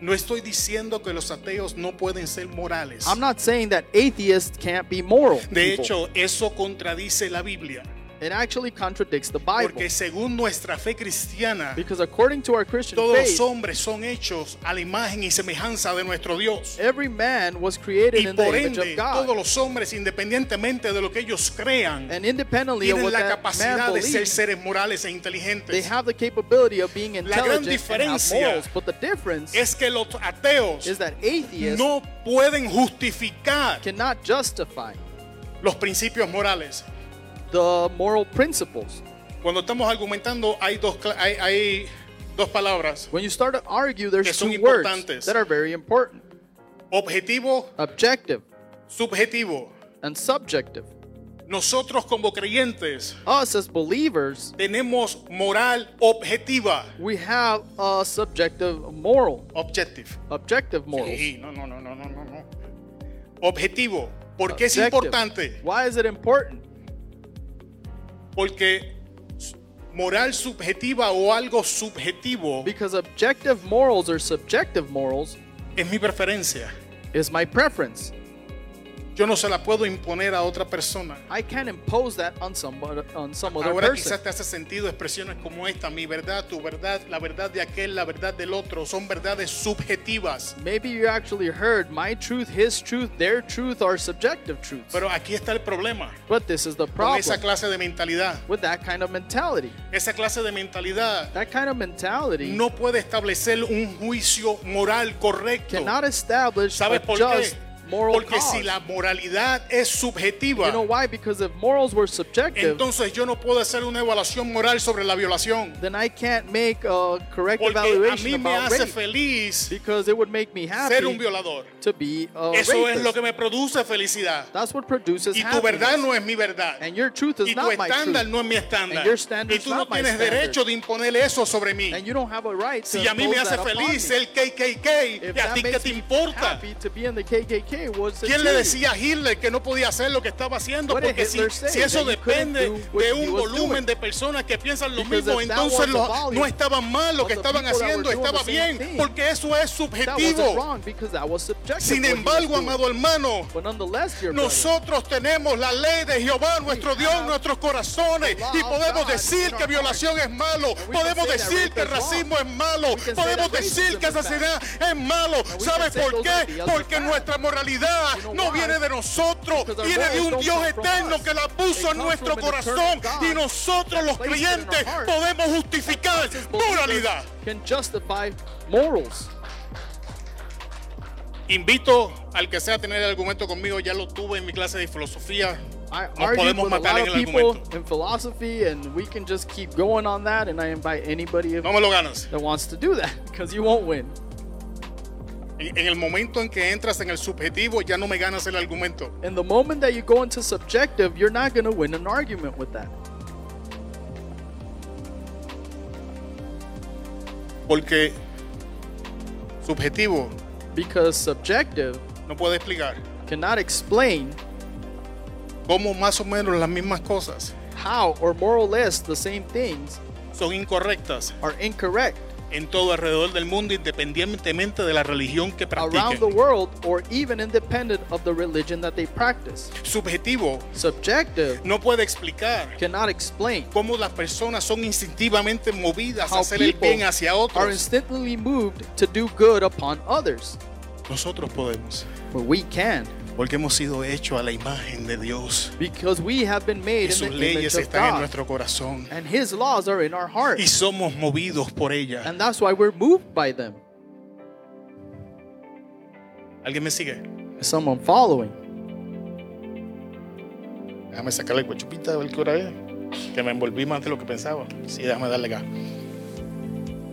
Speaker 1: No estoy diciendo que los ateos no pueden ser morales.
Speaker 2: I'm not saying that atheists can't be moral.
Speaker 1: De
Speaker 2: people.
Speaker 1: hecho, eso contradice la Biblia.
Speaker 2: It actually contradicts the Bible.
Speaker 1: Porque según nuestra fe cristiana,
Speaker 2: Because according to our Christian
Speaker 1: todos los
Speaker 2: faith,
Speaker 1: hombres son hechos a la imagen y semejanza de nuestro Dios.
Speaker 2: every man was created
Speaker 1: Y
Speaker 2: in the
Speaker 1: por
Speaker 2: image of
Speaker 1: ende, todos
Speaker 2: God.
Speaker 1: los hombres, independientemente de lo que ellos crean,
Speaker 2: And independently of
Speaker 1: tienen
Speaker 2: what
Speaker 1: la
Speaker 2: that man
Speaker 1: capacidad de ser
Speaker 2: believes,
Speaker 1: seres morales e
Speaker 2: they
Speaker 1: inteligentes.
Speaker 2: have the capability of being
Speaker 1: gran
Speaker 2: intelligent and have
Speaker 1: diferencia
Speaker 2: morals. But the difference
Speaker 1: Es que los ateos
Speaker 2: is that atheists
Speaker 1: no pueden justificar
Speaker 2: cannot justify
Speaker 1: los principios morales.
Speaker 2: the moral principles.
Speaker 1: Cuando estamos argumentando hay dos, cla- hay, hay dos palabras,
Speaker 2: When you start to argue,
Speaker 1: Que
Speaker 2: there's
Speaker 1: son
Speaker 2: two words
Speaker 1: importantes.
Speaker 2: that are very important
Speaker 1: objetivo,
Speaker 2: objective
Speaker 1: subjetivo.
Speaker 2: and subjective.
Speaker 1: Nosotros como creyentes
Speaker 2: Us as believers,
Speaker 1: tenemos moral objetiva.
Speaker 2: we have a subjective moral,
Speaker 1: Objective.
Speaker 2: objective morals.
Speaker 1: Sí, no, no, no, no, no, no, no. Objetivo. ¿Por qué es
Speaker 2: Objective.
Speaker 1: importante?
Speaker 2: Why is it important?
Speaker 1: Porque moral subjetiva o algo subjetivo
Speaker 2: Because objective morals or subjective morals
Speaker 1: es mi preferencia.
Speaker 2: is my preference.
Speaker 1: Yo no se la puedo imponer a otra persona.
Speaker 2: I can't impose that on somebody, on some other
Speaker 1: Ahora
Speaker 2: person.
Speaker 1: quizás te hace sentido expresiones como esta, mi verdad, tu verdad, la verdad de aquel, la verdad del otro, son verdades subjetivas.
Speaker 2: Maybe you actually heard my truth, his truth, their truth are subjective truths.
Speaker 1: Pero aquí está el problema
Speaker 2: But this is the
Speaker 1: con esa
Speaker 2: problem
Speaker 1: clase de mentalidad.
Speaker 2: with that kind of mentality.
Speaker 1: Esa clase de mentalidad
Speaker 2: That kind of mentality
Speaker 1: no puede establecer un juicio moral correcto.
Speaker 2: cannot establish a
Speaker 1: ¿Sabes por qué?
Speaker 2: just moral
Speaker 1: Porque
Speaker 2: cause.
Speaker 1: si la moralidad es
Speaker 2: You know
Speaker 1: subjetiva,
Speaker 2: why? Because if morals were subjective,
Speaker 1: entonces yo no puedo hacer una evaluación moral sobre la violación.
Speaker 2: then I can't make a correct
Speaker 1: Porque a
Speaker 2: evaluation
Speaker 1: mí me
Speaker 2: about
Speaker 1: hace
Speaker 2: rape
Speaker 1: feliz
Speaker 2: because it would make me happy
Speaker 1: ser un violador.
Speaker 2: to be a
Speaker 1: Eso es
Speaker 2: rapist.
Speaker 1: lo que me produce felicidad.
Speaker 2: That's what produces
Speaker 1: Y tu
Speaker 2: happiness.
Speaker 1: verdad no es mi verdad.
Speaker 2: and your truth is
Speaker 1: Y tu
Speaker 2: not my truth.
Speaker 1: estándar no es mi estándar.
Speaker 2: And your standard
Speaker 1: Y
Speaker 2: is
Speaker 1: tú no
Speaker 2: not my
Speaker 1: tienes
Speaker 2: standard.
Speaker 1: derecho de imponer eso sobre mí.
Speaker 2: and you don't have a right to
Speaker 1: Si a mí me
Speaker 2: impose
Speaker 1: hace
Speaker 2: that upon
Speaker 1: feliz
Speaker 2: me.
Speaker 1: el KKK,
Speaker 2: If
Speaker 1: ¿y a
Speaker 2: that
Speaker 1: ti qué
Speaker 2: makes
Speaker 1: te
Speaker 2: me
Speaker 1: importa?
Speaker 2: happy to be in the KKK, what's it
Speaker 1: ¿Quién
Speaker 2: to
Speaker 1: le
Speaker 2: you?
Speaker 1: decía a Hitler que no podía hacer lo que estaba haciendo?
Speaker 2: What did
Speaker 1: Porque si,
Speaker 2: Hitler say?
Speaker 1: si eso
Speaker 2: That you couldn't
Speaker 1: depende
Speaker 2: do what
Speaker 1: de
Speaker 2: he
Speaker 1: un
Speaker 2: was
Speaker 1: volumen
Speaker 2: doing.
Speaker 1: de personas que piensan lo
Speaker 2: Because
Speaker 1: mismo,
Speaker 2: if that was
Speaker 1: entonces
Speaker 2: the
Speaker 1: los-
Speaker 2: volume
Speaker 1: no estaban mal lo
Speaker 2: of
Speaker 1: que
Speaker 2: the
Speaker 1: estaban
Speaker 2: people that were
Speaker 1: haciendo,
Speaker 2: doing
Speaker 1: estaba
Speaker 2: the
Speaker 1: bien,
Speaker 2: same thing,
Speaker 1: porque eso es
Speaker 2: That wasn't
Speaker 1: subjetivo.
Speaker 2: wrong because that was subjective.
Speaker 1: Sin
Speaker 2: what he was
Speaker 1: embargo,
Speaker 2: doing.
Speaker 1: amado hermano,
Speaker 2: But nonetheless, dear brother,
Speaker 1: Nosotros tenemos la ley de Jehová, nuestro Dios, en nuestros corazones.
Speaker 2: the law
Speaker 1: Y
Speaker 2: of
Speaker 1: podemos
Speaker 2: Ah. God in
Speaker 1: decir
Speaker 2: our
Speaker 1: que violación es malo.
Speaker 2: And we can
Speaker 1: Podemos
Speaker 2: say that
Speaker 1: decir
Speaker 2: rape
Speaker 1: que
Speaker 2: is wrong.
Speaker 1: racismo es malo.
Speaker 2: We can say
Speaker 1: Podemos
Speaker 2: that
Speaker 1: decir
Speaker 2: racism
Speaker 1: que
Speaker 2: is bad.
Speaker 1: asesinar es malo.
Speaker 2: And we
Speaker 1: ¿Sabes
Speaker 2: can say
Speaker 1: por
Speaker 2: those are
Speaker 1: qué?
Speaker 2: the other
Speaker 1: Porque
Speaker 2: bad.
Speaker 1: nuestra moralidad
Speaker 2: You know
Speaker 1: no
Speaker 2: why?
Speaker 1: viene de nosotros.
Speaker 2: Because our
Speaker 1: Viene de
Speaker 2: morals
Speaker 1: un
Speaker 2: don't
Speaker 1: Dios
Speaker 2: come from
Speaker 1: eterno
Speaker 2: us.
Speaker 1: que la puso
Speaker 2: They
Speaker 1: en
Speaker 2: come
Speaker 1: nuestro
Speaker 2: from an eternal
Speaker 1: corazón.
Speaker 2: God
Speaker 1: Y nosotros los
Speaker 2: that placed it in our
Speaker 1: creyentes
Speaker 2: hearts.
Speaker 1: podemos justificar
Speaker 2: believers
Speaker 1: moralidad.
Speaker 2: can justify morals.
Speaker 1: Invito al que sea a tener el argumento conmigo. Ya lo tuve en mi clase de filosofía.
Speaker 2: I
Speaker 1: Nos
Speaker 2: argued
Speaker 1: podemos
Speaker 2: with a
Speaker 1: matar en
Speaker 2: lot
Speaker 1: el
Speaker 2: of people
Speaker 1: argumento.
Speaker 2: in philosophy, and we can just keep going on that. And I invite anybody
Speaker 1: No me lo ganas.
Speaker 2: that wants to do that because you won't win.
Speaker 1: En, en el momento en que entras en el subjetivo, ya no me ganas el argumento.
Speaker 2: And the moment that you go into subjective, you're not going to win an argument with that
Speaker 1: Porque subjetivo
Speaker 2: because subjective
Speaker 1: no puede explicar
Speaker 2: cannot explain
Speaker 1: cómo más o menos las mismas cosas
Speaker 2: how or more or less the same things
Speaker 1: son incorrectas
Speaker 2: are incorrect
Speaker 1: en todo alrededor del mundo, independientemente de la religión que
Speaker 2: around the
Speaker 1: practiquen.
Speaker 2: world or even independent of the religion that they practice.
Speaker 1: Subjetivo
Speaker 2: Subjective
Speaker 1: no puede explicar
Speaker 2: cannot explain
Speaker 1: cómo las personas son instintivamente movidas a
Speaker 2: how
Speaker 1: hacer el bien
Speaker 2: people
Speaker 1: hacia
Speaker 2: are
Speaker 1: otros.
Speaker 2: instantly moved to do good upon others.
Speaker 1: Nosotros podemos,
Speaker 2: But we can
Speaker 1: porque hemos sido hechos a la imagen de Dios.
Speaker 2: because we have been
Speaker 1: Y
Speaker 2: made
Speaker 1: sus
Speaker 2: in the image
Speaker 1: leyes
Speaker 2: of
Speaker 1: están en
Speaker 2: God,
Speaker 1: nuestro corazón.
Speaker 2: and His laws are in our
Speaker 1: Y
Speaker 2: hearts,
Speaker 1: somos movidos por ella.
Speaker 2: and that's why we're moved by them.
Speaker 1: ¿Alguien me sigue?
Speaker 2: Is someone following?
Speaker 1: Déjame sacarle el cuechupita a ver qué hora es. Que me envolví más de lo que pensaba. Sí, déjame darle acá.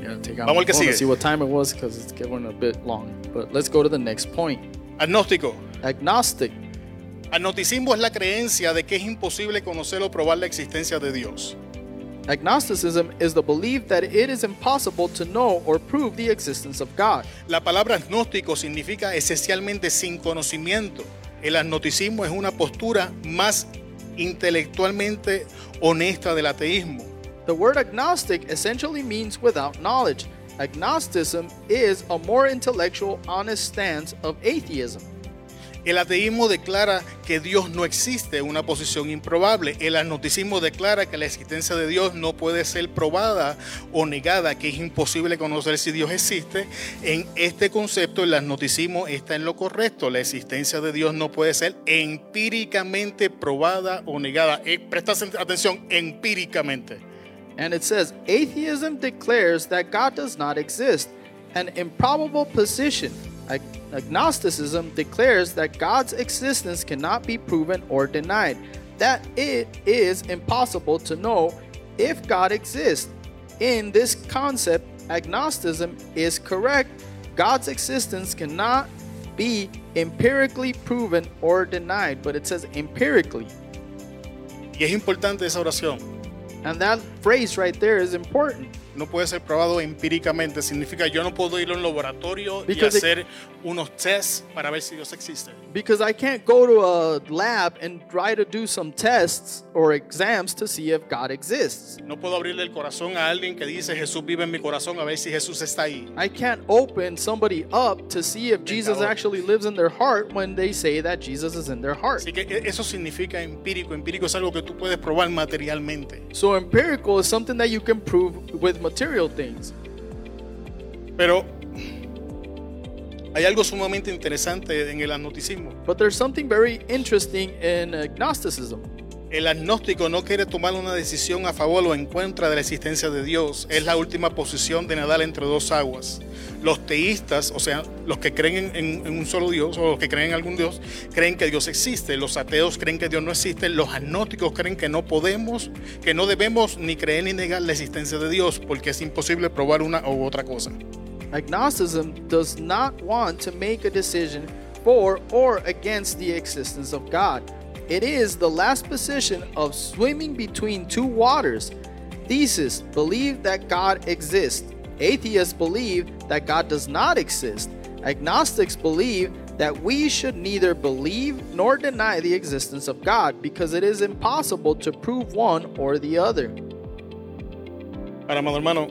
Speaker 2: Yeah, take out
Speaker 1: Vamos
Speaker 2: my
Speaker 1: al que
Speaker 2: phone to
Speaker 1: sigue.
Speaker 2: see what time it was because it's getting a bit long. But let's go to the next point.
Speaker 1: Agnóstico.
Speaker 2: Agnostic.
Speaker 1: Agnosticismo es la creencia de que es imposible conocer o probar la existencia de Dios.
Speaker 2: Agnosticism is the belief that it is impossible to know or prove the existence of God.
Speaker 1: La palabra agnóstico significa esencialmente sin conocimiento. El agnosticismo es una postura más intelectualmente honesta del ateísmo.
Speaker 2: The word agnostic essentially means without knowledge. Agnosticism is a more intellectual, honest stance of atheism.
Speaker 1: El ateísmo declara que Dios no existe, una posición improbable. El agnosticismo declara que la existencia de Dios no puede ser probada o negada, que es imposible conocer si Dios existe. En este concepto el agnosticismo está en lo correcto. La existencia de Dios no puede ser empíricamente probada o negada. Eh, presta atención, empíricamente.
Speaker 2: And it says atheism declares that God does not exist, an improbable position. Ag- agnosticism declares that God's existence cannot be proven or denied, that it is impossible to know if God exists. In this concept, agnosticism is correct. God's existence cannot be empirically proven or denied, but it says empirically.
Speaker 1: Y es importante esa oración.
Speaker 2: And that phrase right there is important.
Speaker 1: No puede ser probado empíricamente. Significa yo no puedo ir a un laboratorio y
Speaker 2: Because it-
Speaker 1: hacer unos tests para ver si Dios existe.
Speaker 2: because I can't go to a lab and try to do some tests or exams to see if God exists.
Speaker 1: No puedo abrirle el corazón a alguien que dice Jesús vive en mi corazón a ver si Jesús está ahí.
Speaker 2: I can't open somebody up to see if Jesus
Speaker 1: Tentador.
Speaker 2: actually lives in their heart when they say that Jesus is in their heart.
Speaker 1: Así que e- eso significa empírico. Empírico es algo que tú puedes probar materialmente.
Speaker 2: So empirical is something that you can prove with material things.
Speaker 1: Pero hay algo sumamente interesante en el agnosticismo.
Speaker 2: But there's something very interesting in agnosticism.
Speaker 1: El agnóstico no quiere tomar una decisión a favor o en contra de la existencia de Dios. Es la última posición de nadar entre dos aguas. Los teístas, o sea, los que creen en, en- en un solo Dios o los que creen en algún Dios, creen que Dios existe. Los ateos creen que Dios no existe. Los agnósticos creen que no podemos, que no debemos ni creer ni negar la existencia de Dios porque es imposible probar una u otra cosa.
Speaker 2: Agnosticism does not want to make a decision for or against the existence of God. It is the last position of swimming between two waters. Theists believe that God exists. Atheists believe that God does not exist. Agnostics believe that we should neither believe nor deny the existence of God because it is impossible to prove one or the other.
Speaker 1: Ahora, amado hermano,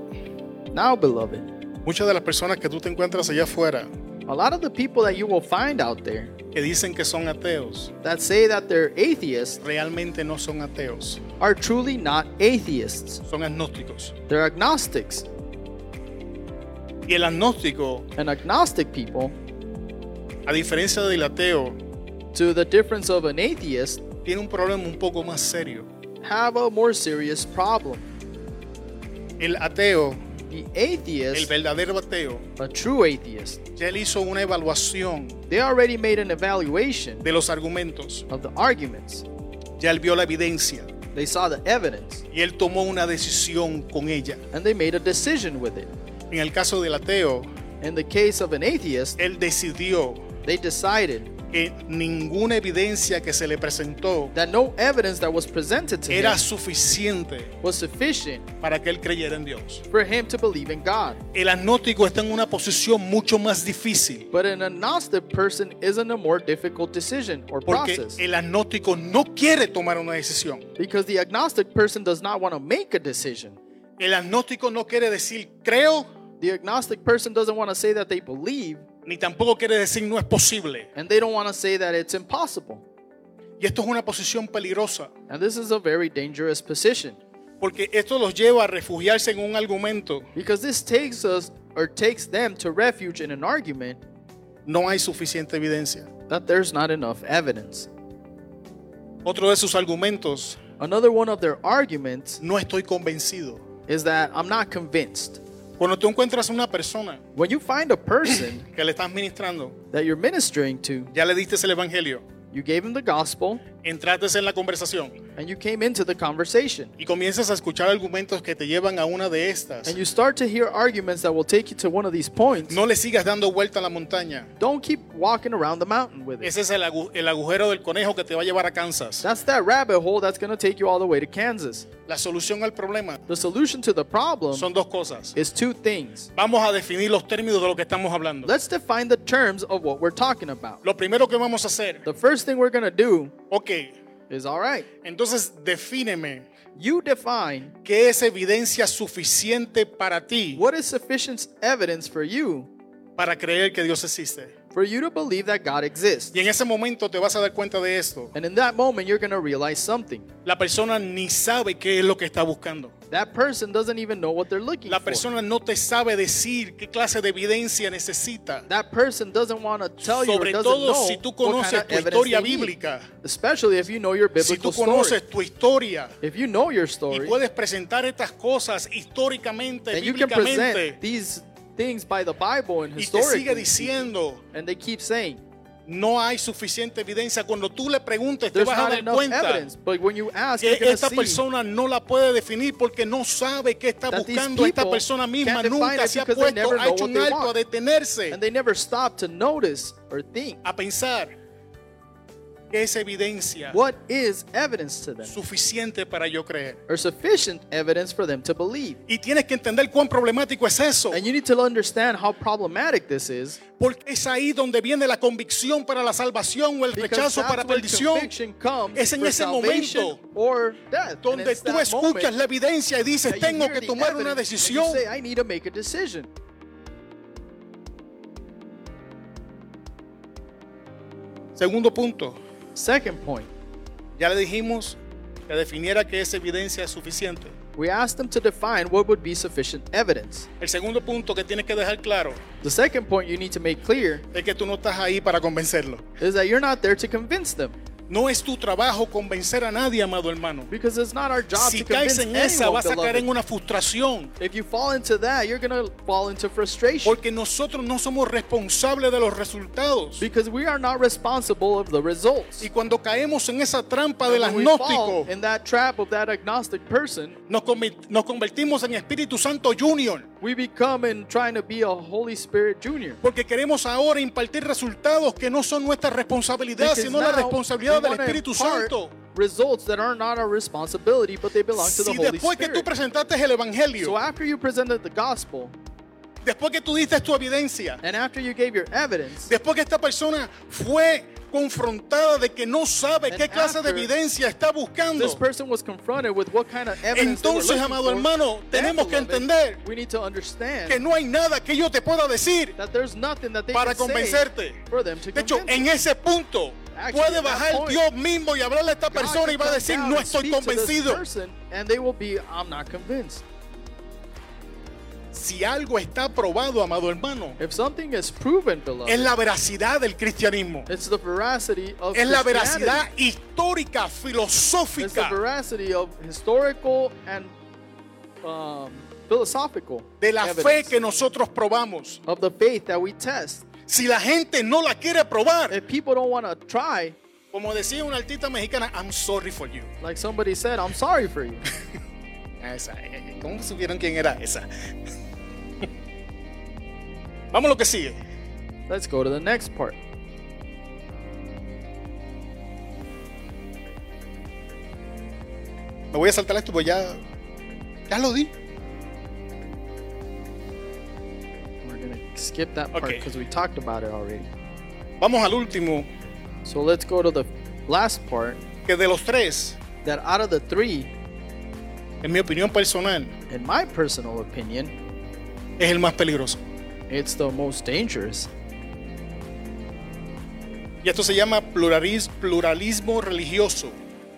Speaker 2: Now, beloved,
Speaker 1: muchas de las personas que tú te encuentras allá afuera
Speaker 2: a lot of the people that you will find out there
Speaker 1: que dicen que son ateos,
Speaker 2: that say that they're atheists
Speaker 1: realmente no son ateos,
Speaker 2: are truly not atheists.
Speaker 1: son agnósticos.
Speaker 2: They're agnostics.
Speaker 1: Y el agnóstico,
Speaker 2: And agnostic people,
Speaker 1: a diferencia del ateo,
Speaker 2: to the difference of an atheist,
Speaker 1: tiene un problema un poco más serio.
Speaker 2: have a more serious problem.
Speaker 1: El ateo,
Speaker 2: The
Speaker 1: el
Speaker 2: atheist,
Speaker 1: verdadero ateo,
Speaker 2: a true atheist,
Speaker 1: ya él hizo una evaluación
Speaker 2: they already made an evaluation
Speaker 1: de los argumentos,
Speaker 2: of the arguments.
Speaker 1: ya él vio la evidencia
Speaker 2: They saw the evidence
Speaker 1: y él tomó una decisión con ella.
Speaker 2: and they made a decision with it.
Speaker 1: En el caso del ateo,
Speaker 2: In the case of an atheist,
Speaker 1: él decidió
Speaker 2: they decided
Speaker 1: que ninguna evidencia que se le presentó
Speaker 2: that no evidence that was presented to
Speaker 1: era
Speaker 2: him
Speaker 1: suficiente
Speaker 2: was sufficient
Speaker 1: para que él creyera en Dios.
Speaker 2: for him to believe in God.
Speaker 1: El agnóstico está en una posición mucho más difícil
Speaker 2: But an agnostic person isn't a more difficult decision or
Speaker 1: porque
Speaker 2: process
Speaker 1: el agnóstico no quiere tomar una decisión.
Speaker 2: because the agnostic person does not want to make a decision.
Speaker 1: El agnóstico no quiere decir creo,
Speaker 2: The agnostic person doesn't want to say that they believe
Speaker 1: ni tampoco quiere decir no es posible.
Speaker 2: and they don't want to say that it's impossible.
Speaker 1: Y esto es una posición peligrosa,
Speaker 2: And this is a very dangerous position
Speaker 1: porque esto los lleva a refugiarse en un argumento.
Speaker 2: because this takes us or takes them to refuge in an argument
Speaker 1: No hay suficiente evidencia.
Speaker 2: that there's not enough evidence.
Speaker 1: Otro de sus argumentos,
Speaker 2: Another one of their arguments
Speaker 1: no estoy convencido.
Speaker 2: is that I'm not convinced.
Speaker 1: Cuando tú encuentras a una persona
Speaker 2: When you find a person
Speaker 1: que le estás ministrando,
Speaker 2: that you're ministering to,
Speaker 1: ya le diste el evangelio,
Speaker 2: you gave him the gospel
Speaker 1: entraste en la conversación
Speaker 2: and you came into the conversation.
Speaker 1: y comienzas a escuchar argumentos que te llevan a una de estas.
Speaker 2: and you start to hear arguments that will take you to one of these points,
Speaker 1: No le sigas dando vuelta a la montaña.
Speaker 2: don't keep walking around the mountain with it.
Speaker 1: Ese es el, agu- el agujero del conejo que te va a llevar a Kansas.
Speaker 2: That's that rabbit hole that's going to take you all the way to Kansas.
Speaker 1: La solución al problema
Speaker 2: The solution to the problem
Speaker 1: son dos cosas.
Speaker 2: is two things.
Speaker 1: Vamos a definir los términos de lo que estamos hablando.
Speaker 2: Let's define the terms of what we're talking about.
Speaker 1: Lo primero que vamos a hacer,
Speaker 2: The first thing we're going to do
Speaker 1: ok,
Speaker 2: is all right,
Speaker 1: entonces defíneme
Speaker 2: you define
Speaker 1: qué es evidencia suficiente para ti
Speaker 2: what is sufficient evidence for you
Speaker 1: para creer que Dios existe.
Speaker 2: for you to believe that God exists.
Speaker 1: Y en ese momento te vas a dar cuenta de esto.
Speaker 2: And in that moment, you're going to realize something.
Speaker 1: La persona ni sabe qué es lo que está buscando.
Speaker 2: That person doesn't even know what they're looking
Speaker 1: La
Speaker 2: for.
Speaker 1: persona no te sabe decir qué clase de evidencia necesita.
Speaker 2: That person doesn't want to tell you or
Speaker 1: Sobre
Speaker 2: doesn't
Speaker 1: todo
Speaker 2: know
Speaker 1: si tú
Speaker 2: what kind
Speaker 1: conoces
Speaker 2: of
Speaker 1: tu
Speaker 2: evidence
Speaker 1: historia
Speaker 2: they need.
Speaker 1: bíblica,
Speaker 2: Especially if you know your
Speaker 1: si
Speaker 2: biblical
Speaker 1: tú conoces
Speaker 2: story.
Speaker 1: tu historia
Speaker 2: If you know your
Speaker 1: y
Speaker 2: story,
Speaker 1: puedes presentar estas cosas históricamente,
Speaker 2: then you can present
Speaker 1: bíblicamente,
Speaker 2: these things by the Bible and
Speaker 1: y te sigue
Speaker 2: historically.
Speaker 1: diciendo,
Speaker 2: And they keep saying,
Speaker 1: no hay suficiente evidencia. Cuando tú le preguntes, te
Speaker 2: there's
Speaker 1: vas a
Speaker 2: not
Speaker 1: dar
Speaker 2: enough
Speaker 1: cuenta
Speaker 2: evidence. But when you ask,
Speaker 1: que
Speaker 2: you're going
Speaker 1: esta
Speaker 2: to see
Speaker 1: persona no la puede definir porque no sabe qué está
Speaker 2: that these
Speaker 1: buscando. Esta
Speaker 2: people
Speaker 1: persona misma
Speaker 2: can't define
Speaker 1: nunca
Speaker 2: it
Speaker 1: se ha
Speaker 2: because they
Speaker 1: puesto,
Speaker 2: never
Speaker 1: ha
Speaker 2: know
Speaker 1: hecho
Speaker 2: what
Speaker 1: un
Speaker 2: they
Speaker 1: alto a
Speaker 2: want.
Speaker 1: detenerse,
Speaker 2: and they never stop to notice or think
Speaker 1: a pensar que es evidencia
Speaker 2: what is evidence to them
Speaker 1: suficiente para yo creer.
Speaker 2: or sufficient evidence for them to believe.
Speaker 1: Y tienes que entender cuán problemático es eso,
Speaker 2: And you need to understand how problematic this is
Speaker 1: porque es ahí donde viene la convicción para la salvación o el
Speaker 2: because
Speaker 1: rechazo para
Speaker 2: that's where
Speaker 1: perdición,
Speaker 2: conviction comes
Speaker 1: Es en
Speaker 2: for
Speaker 1: ese
Speaker 2: salvation
Speaker 1: momento
Speaker 2: or death. And
Speaker 1: donde
Speaker 2: it's
Speaker 1: tú
Speaker 2: that
Speaker 1: escuchas
Speaker 2: moment
Speaker 1: la evidencia y dices,
Speaker 2: that you
Speaker 1: tengo
Speaker 2: hear
Speaker 1: que
Speaker 2: the
Speaker 1: tomar una
Speaker 2: evidence and
Speaker 1: decisión.
Speaker 2: You say, I need to make a decision.
Speaker 1: Segundo punto,
Speaker 2: Second point,
Speaker 1: ya le dijimos que definiera que esa evidencia es suficiente.
Speaker 2: we asked them to define what would be sufficient evidence.
Speaker 1: El segundo punto que tienes que dejar claro
Speaker 2: The second point you need to make clear
Speaker 1: es que tú no estás ahí para convencerlo.
Speaker 2: is that you're not there to convince them
Speaker 1: No es tu trabajo convencer a nadie, amado hermano.
Speaker 2: because it's not our job
Speaker 1: Si
Speaker 2: to
Speaker 1: caes
Speaker 2: convince
Speaker 1: en
Speaker 2: anyone.
Speaker 1: esa, vas a caer
Speaker 2: beloved.
Speaker 1: en una frustración.
Speaker 2: If you fall into that, you're going to fall into frustration
Speaker 1: Porque nosotros no somos responsables de los resultados.
Speaker 2: because we are not responsible of the results.
Speaker 1: Y cuando caemos en esa trampa
Speaker 2: And
Speaker 1: del
Speaker 2: when we fall
Speaker 1: agnóstico,
Speaker 2: in that trap of that agnostic person,
Speaker 1: nos, convi- nos convertimos en Espíritu Santo Junior.
Speaker 2: we become in trying to be a Holy Spirit Junior.
Speaker 1: Porque queremos ahora impartir resultados que no son nuestra responsabilidad,
Speaker 2: Because
Speaker 1: sino la
Speaker 2: now
Speaker 1: responsabilidad
Speaker 2: we
Speaker 1: del
Speaker 2: wanna
Speaker 1: Espíritu
Speaker 2: impart
Speaker 1: Santo.
Speaker 2: Results that are not our responsibility, but they belong to the
Speaker 1: Si
Speaker 2: Holy
Speaker 1: después que tú
Speaker 2: Spirit.
Speaker 1: presentaste el
Speaker 2: So
Speaker 1: Evangelio,
Speaker 2: after you presented the gospel
Speaker 1: después que tú diste tu evidencia,
Speaker 2: and after you gave your evidence,
Speaker 1: Después que esta persona fue confrontada de que no sabe
Speaker 2: And
Speaker 1: qué clase de
Speaker 2: after
Speaker 1: evidencia está
Speaker 2: this
Speaker 1: buscando.
Speaker 2: person was confronted with what kind of evidence they were
Speaker 1: Entonces,
Speaker 2: looking
Speaker 1: amado
Speaker 2: for,
Speaker 1: hermano,
Speaker 2: then,
Speaker 1: tenemos que
Speaker 2: beloved,
Speaker 1: entender
Speaker 2: we need to understand
Speaker 1: Que no hay nada que yo te pueda decir.
Speaker 2: that there's nothing that they
Speaker 1: para
Speaker 2: can say
Speaker 1: convencerte.
Speaker 2: for them to
Speaker 1: De hecho,
Speaker 2: convince
Speaker 1: en
Speaker 2: you.
Speaker 1: ese punto
Speaker 2: Actually,
Speaker 1: puede
Speaker 2: at that
Speaker 1: bajar
Speaker 2: point,
Speaker 1: Dios mismo y hablarle a esta
Speaker 2: God
Speaker 1: persona y
Speaker 2: can
Speaker 1: va a
Speaker 2: come
Speaker 1: decir,
Speaker 2: down
Speaker 1: no
Speaker 2: and
Speaker 1: estoy
Speaker 2: speak to this
Speaker 1: convencido.
Speaker 2: person, and they will be, I'm not convinced.
Speaker 1: Si algo está probado, amado hermano,
Speaker 2: If something is proven, beloved,
Speaker 1: es la veracidad del cristianismo.
Speaker 2: it's the veracity of
Speaker 1: Es la
Speaker 2: Christianity.
Speaker 1: veracidad histórica,
Speaker 2: It's the
Speaker 1: filosófica
Speaker 2: veracity of historical and um, philosophical
Speaker 1: de la fe
Speaker 2: evidence
Speaker 1: que nosotros probamos.
Speaker 2: of the faith that we test.
Speaker 1: Si la gente no la quiere probar,
Speaker 2: If people don't want to try,
Speaker 1: Como decía una artista mexicana, I'm sorry for you.
Speaker 2: like somebody said, I'm sorry for you.
Speaker 1: Esa, eh, ¿Cómo supieron quién era esa? Vamos a lo que sigue.
Speaker 2: Let's go to the next part.
Speaker 1: Me voy a saltar esto porque ya. Ya lo di.
Speaker 2: We're gonna skip that part
Speaker 1: Okay.
Speaker 2: because we talked about it already.
Speaker 1: Vamos al último,
Speaker 2: So let's go to the last part.
Speaker 1: que de los tres,
Speaker 2: That out of the three,
Speaker 1: en mi opinión personal,
Speaker 2: in my personal opinion,
Speaker 1: es el más peligroso.
Speaker 2: it's the most dangerous.
Speaker 1: Y esto se llama pluraliz- pluralismo religioso.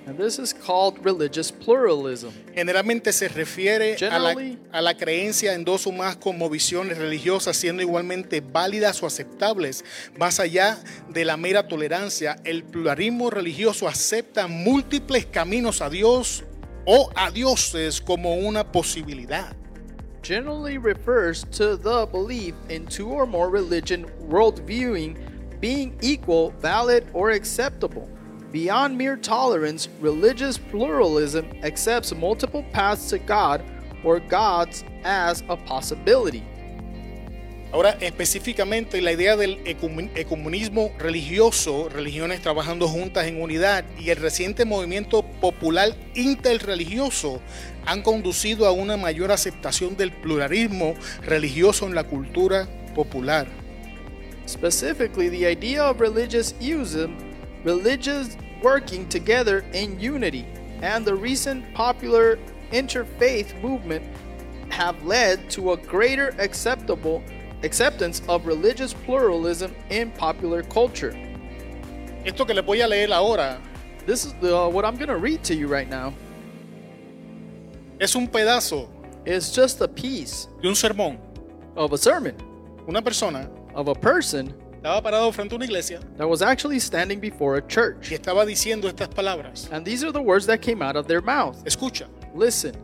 Speaker 2: And this is called religious pluralism.
Speaker 1: Generalmente se refiere a la,
Speaker 2: Generally-
Speaker 1: a la creencia en dos o más cosmovisiones religiosas siendo igualmente válidas o aceptables, más allá de la mera tolerancia. El pluralismo religioso acepta múltiples caminos a Dios o a dioses como una posibilidad.
Speaker 2: Generally refers to the belief in two or more religion worldviewing being equal, valid, or acceptable. Beyond mere tolerance, religious pluralism accepts multiple paths to God or gods as a possibility.
Speaker 1: Ahora, específicamente, la idea del ecumen- ecumenismo religioso, religiones trabajando juntas en unidad, y el reciente movimiento popular interreligioso han conducido a una mayor aceptación del pluralismo religioso en la cultura popular.
Speaker 2: Specifically, the idea of religious ism, religious working together in unity, and the recent popular interfaith movement have led to a greater acceptable acceptance of religious pluralism in popular culture.
Speaker 1: Esto que les voy a leer ahora
Speaker 2: This is the, uh, what I'm going to read to you right now.
Speaker 1: es un pedazo
Speaker 2: It's just a piece
Speaker 1: de un sermón.
Speaker 2: of a sermon
Speaker 1: Una persona
Speaker 2: of a person
Speaker 1: estaba parado frente a una iglesia
Speaker 2: that was actually standing before a church.
Speaker 1: y estaba diciendo estas palabras.
Speaker 2: And these are the words that came out of their mouth.
Speaker 1: Escucha,
Speaker 2: Listen,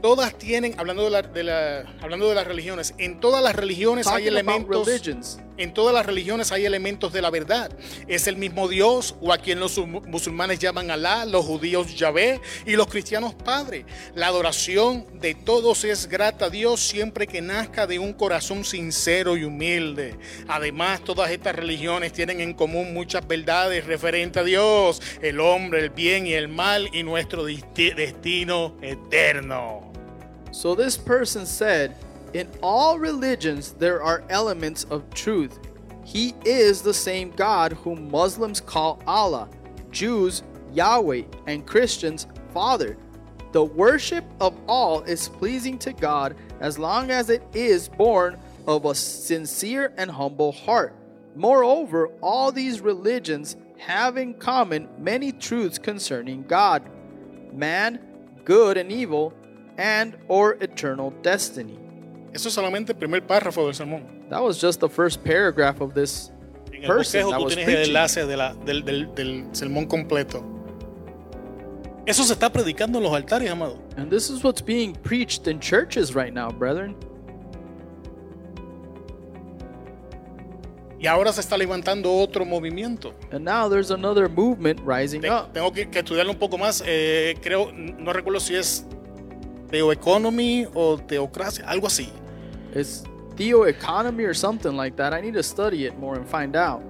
Speaker 1: todas tienen, hablando de, la- de la- hablando de las religiones, en todas las religiones hay
Speaker 2: talking about
Speaker 1: elementos
Speaker 2: religions.
Speaker 1: En todas las religiones hay elementos de la verdad. Es el mismo Dios o a quien los mu- musulmanes llaman Alá, los judíos Yahvé y los cristianos Padre. La adoración de todos es grata a Dios siempre que nazca de un corazón sincero y humilde. Además, todas estas religiones tienen en común muchas verdades referentes a Dios, el hombre, el bien y el mal y nuestro disti- destino eterno.
Speaker 2: So this person said, In all religions there are elements of truth. He is the same God whom Muslims call Allah, Jews Yahweh, and Christians Father. The worship of all is pleasing to God as long as it is born of a sincere and humble heart. Moreover, all these religions have in common many truths concerning God man, good and evil, and or eternal destiny.
Speaker 1: Eso es solamente el primer párrafo del sermón.
Speaker 2: That was just the first paragraph of this
Speaker 1: En el
Speaker 2: person
Speaker 1: bosquejo
Speaker 2: that
Speaker 1: tú
Speaker 2: was
Speaker 1: tienes el
Speaker 2: preaching.
Speaker 1: enlace de la- del, del- del sermón completo. Eso se está predicando en los altares, amado.
Speaker 2: And this is what's being preached in churches right now, brethren.
Speaker 1: Y ahora se está levantando otro movimiento.
Speaker 2: And now there's another movement rising
Speaker 1: Te-
Speaker 2: up.
Speaker 1: tengo que, que estudiarlo un poco más. Eh, creo, no recuerdo si es Theoeconomy o Teocracia, algo así.
Speaker 2: It's Theo economy or something like that. I need to study it more and find out.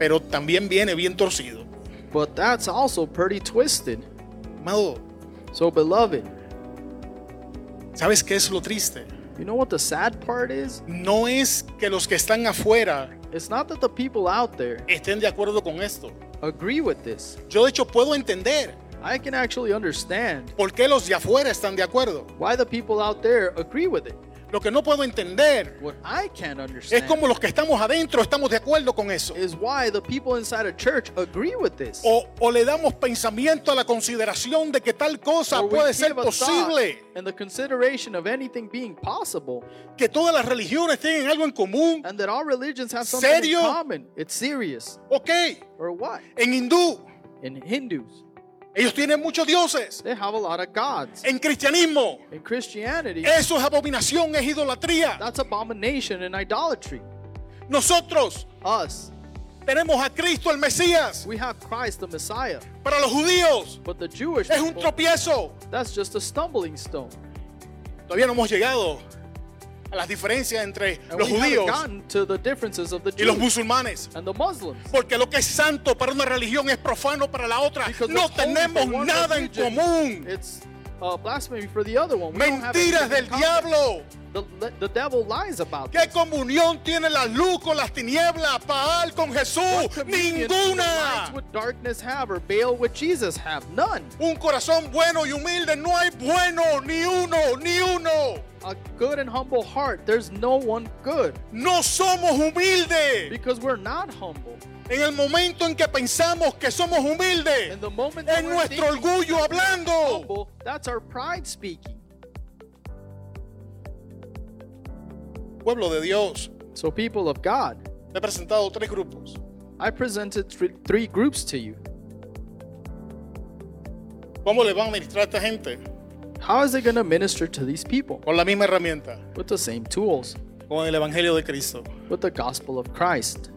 Speaker 1: Pero también viene bien torcido.
Speaker 2: But that's also pretty twisted.
Speaker 1: Amado,
Speaker 2: So beloved,
Speaker 1: ¿sabes qué es lo triste?
Speaker 2: you know what the sad part is?
Speaker 1: No es que los que están afuera
Speaker 2: It's not that the people out there
Speaker 1: estén de acuerdo con esto.
Speaker 2: agree with this.
Speaker 1: Yo de hecho puedo entender
Speaker 2: I can actually understand
Speaker 1: por qué los de afuera están de acuerdo.
Speaker 2: why the people out there agree with it.
Speaker 1: Lo que no puedo entender
Speaker 2: What I can't
Speaker 1: es
Speaker 2: understand
Speaker 1: como los que estamos adentro estamos de acuerdo con eso.
Speaker 2: is why the people inside a church agree with this.
Speaker 1: O, o le damos pensamiento a la consideración de que tal cosa
Speaker 2: Or we
Speaker 1: puede ser
Speaker 2: give a thought
Speaker 1: posible,
Speaker 2: And the consideration of anything being possible,
Speaker 1: que todas las religiones tienen algo en común.
Speaker 2: and that all religions have something
Speaker 1: Serio?
Speaker 2: in common. It's serious,
Speaker 1: Ok,
Speaker 2: or what?
Speaker 1: en hindú
Speaker 2: In Hindus,
Speaker 1: ellos tienen muchos dioses.
Speaker 2: they have a lot of gods.
Speaker 1: En cristianismo
Speaker 2: In Christianity,
Speaker 1: eso es abominación, es idolatría.
Speaker 2: that's abomination and idolatry.
Speaker 1: Nosotros
Speaker 2: Us,
Speaker 1: tenemos a Cristo el Mesías.
Speaker 2: we have Christ the Messiah,
Speaker 1: Para los judíos
Speaker 2: but the Jewish
Speaker 1: es un
Speaker 2: people,
Speaker 1: tropiezo.
Speaker 2: that's just a stumbling stone.
Speaker 1: Todavía no hemos llegado a las diferencias entre
Speaker 2: And
Speaker 1: los
Speaker 2: we haven't
Speaker 1: judíos
Speaker 2: gotten to the differences of the
Speaker 1: y los
Speaker 2: Jews
Speaker 1: musulmanes.
Speaker 2: and the Muslims.
Speaker 1: Porque lo que es santo para una religión es profano para la otra.
Speaker 2: Because
Speaker 1: No
Speaker 2: what's holy
Speaker 1: tenemos
Speaker 2: for one
Speaker 1: nada en
Speaker 2: religion,
Speaker 1: común.
Speaker 2: It's uh, blasphemy for the other one. We don't have
Speaker 1: Mentiras
Speaker 2: anything
Speaker 1: del
Speaker 2: in common.
Speaker 1: diablo.
Speaker 2: The, the devil lies about
Speaker 1: ¿Qué
Speaker 2: this.
Speaker 1: comunión tiene la luz con las tinieblas? Baal con Jesús.
Speaker 2: What communion does the lights
Speaker 1: Ninguna.
Speaker 2: with darkness have or Baal with Jesus have? None.
Speaker 1: Un corazón bueno y humilde. No hay bueno, ni uno, ni uno.
Speaker 2: A good and humble heart, there's no one good
Speaker 1: No somos humildes.
Speaker 2: because we're not humble.
Speaker 1: En el momento en que pensamos que somos humildes,
Speaker 2: In the moment that
Speaker 1: es
Speaker 2: we're
Speaker 1: nuestro
Speaker 2: thinking
Speaker 1: orgullo hablando.
Speaker 2: humble, that's our pride speaking.
Speaker 1: Pueblo de Dios,
Speaker 2: So, people of God,
Speaker 1: te he presentado tres grupos.
Speaker 2: I presented thr- three groups to you.
Speaker 1: ¿Cómo le va a administrar a esta gente?
Speaker 2: How is it going to minister to these people?
Speaker 1: Con la misma herramienta,
Speaker 2: With the same tools,
Speaker 1: con el Evangelio de Cristo.
Speaker 2: with the gospel of Christ.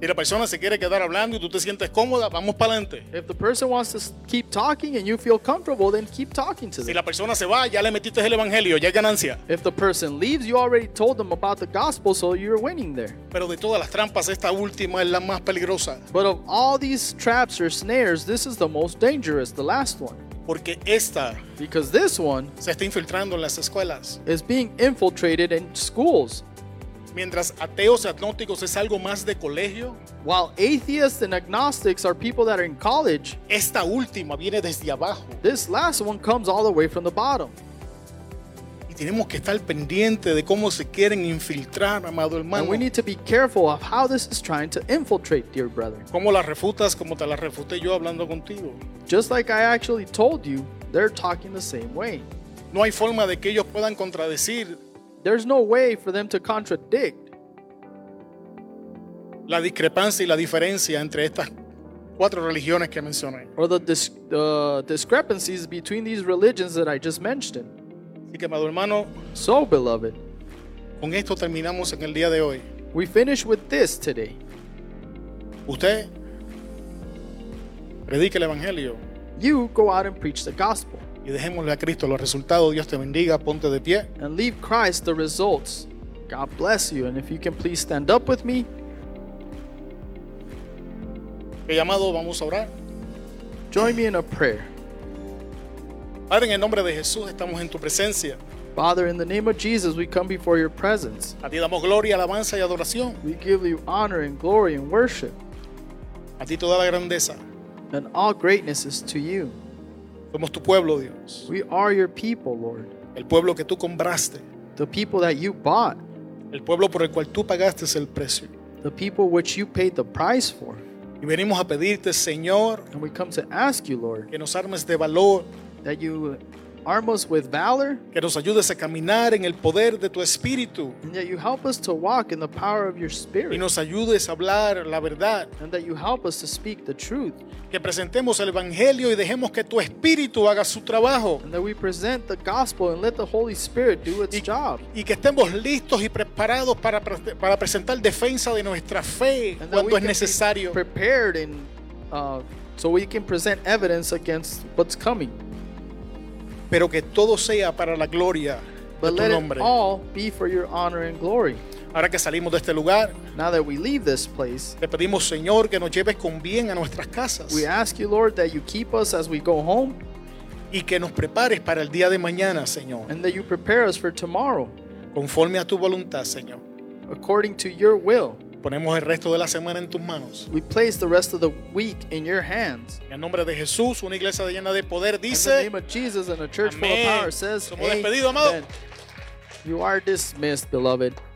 Speaker 1: Si la persona se quiere quedar hablando y tú te sientes cómoda, vamos para adelante.
Speaker 2: If the person wants to s- keep talking and you feel comfortable, then keep talking to
Speaker 1: Si
Speaker 2: them.
Speaker 1: la persona se va, ya le metiste el Evangelio, ya hay ganancia.
Speaker 2: If the person leaves, you already told them about the gospel, so you're winning there.
Speaker 1: Pero de todas las trampas, esta última es la más peligrosa,
Speaker 2: But of all these traps or snares, this is the most dangerous, the last one.
Speaker 1: porque esta
Speaker 2: Because this one
Speaker 1: se está infiltrando en las escuelas.
Speaker 2: is being infiltrated in schools.
Speaker 1: Mientras ateos y agnósticos es algo más de colegio,
Speaker 2: While atheists and agnostics are people that are in college,
Speaker 1: esta última viene desde abajo
Speaker 2: this last one comes all the way from the bottom.
Speaker 1: Y tenemos que estar pendiente de cómo se quieren infiltrar, amado hermano.
Speaker 2: And we need to be careful of how this is trying to infiltrate, dear brethren.
Speaker 1: ¿Cómo las refutas como te las refuté yo hablando contigo?
Speaker 2: Just like I actually told you, they're talking the same way.
Speaker 1: No hay forma de que ellos puedan contradecir
Speaker 2: There's no way for them to contradict
Speaker 1: la discrepancia y la diferencia entre estas cuatro religiones que mencioné.
Speaker 2: or the dis- uh, discrepancies between these religions that I just mentioned.
Speaker 1: Así que, amado hermano,
Speaker 2: So, beloved,
Speaker 1: con esto terminamos en el día de hoy.
Speaker 2: we finish with this today.
Speaker 1: Usted predique el Evangelio
Speaker 2: You go out and preach the gospel
Speaker 1: y dejémosle a Cristo los resultados. Dios te bendiga, ponte de pie.
Speaker 2: and leave Christ the results. God bless you. And if you can please stand up with me,
Speaker 1: Que llamado vamos a orar.
Speaker 2: join me in a prayer.
Speaker 1: Padre, en el nombre de Jesús estamos en tu presencia.
Speaker 2: Father, in the name of Jesus, we come before your presence.
Speaker 1: A ti damos gloria, alabanza y adoración.
Speaker 2: We give you honor and glory and worship,
Speaker 1: A ti toda la grandeza.
Speaker 2: and all greatness is to you.
Speaker 1: Somos tu pueblo, Dios.
Speaker 2: We are your people, Lord,
Speaker 1: El pueblo que tú compraste.
Speaker 2: the people that you bought,
Speaker 1: El pueblo por el cual tú pagaste el precio.
Speaker 2: the people which you paid the price for.
Speaker 1: Y venimos a pedirte, Señor,
Speaker 2: And we come to ask you, Lord,
Speaker 1: que nos armes de valor,
Speaker 2: that you arm us with valor
Speaker 1: que nos ayudes a caminar en el poder de tu espíritu
Speaker 2: and that you help us to walk in the power of your
Speaker 1: y
Speaker 2: spirit
Speaker 1: nos ayudes a hablar la verdad,
Speaker 2: and that you help us to speak the truth
Speaker 1: que presentemos el evangelio y dejemos que tu espíritu haga su trabajo
Speaker 2: and that we present the gospel and let the Holy Spirit do its
Speaker 1: y,
Speaker 2: job
Speaker 1: y que estemos listos y preparados para, pre- para presentar defensa de nuestra fe
Speaker 2: and that we
Speaker 1: cuando es
Speaker 2: can be
Speaker 1: necesario.
Speaker 2: prepared and uh, so we can present evidence against what's coming.
Speaker 1: pero que todo sea para la gloria de
Speaker 2: But
Speaker 1: tu
Speaker 2: let
Speaker 1: nombre.
Speaker 2: it all be for your honor and glory.
Speaker 1: Ahora que salimos de este lugar,
Speaker 2: Now that we leave this place,
Speaker 1: te pedimos, Señor, que nos lleves con bien a nuestras casas
Speaker 2: we ask you, Lord, that you keep us as we go home
Speaker 1: y que nos prepares para el día de mañana, Señor,
Speaker 2: and that you prepare us for tomorrow
Speaker 1: conforme a tu voluntad, Señor.
Speaker 2: according to your will.
Speaker 1: Ponemos el resto de la semana en tus manos.
Speaker 2: We place the rest of the week in your hands.
Speaker 1: En el nombre de Jesús, una iglesia llena de poder
Speaker 2: In the
Speaker 1: dice,
Speaker 2: name of Jesus and a church full of
Speaker 1: Amén.
Speaker 2: power says,
Speaker 1: Somos despedidos, amado.
Speaker 2: You are dismissed, beloved.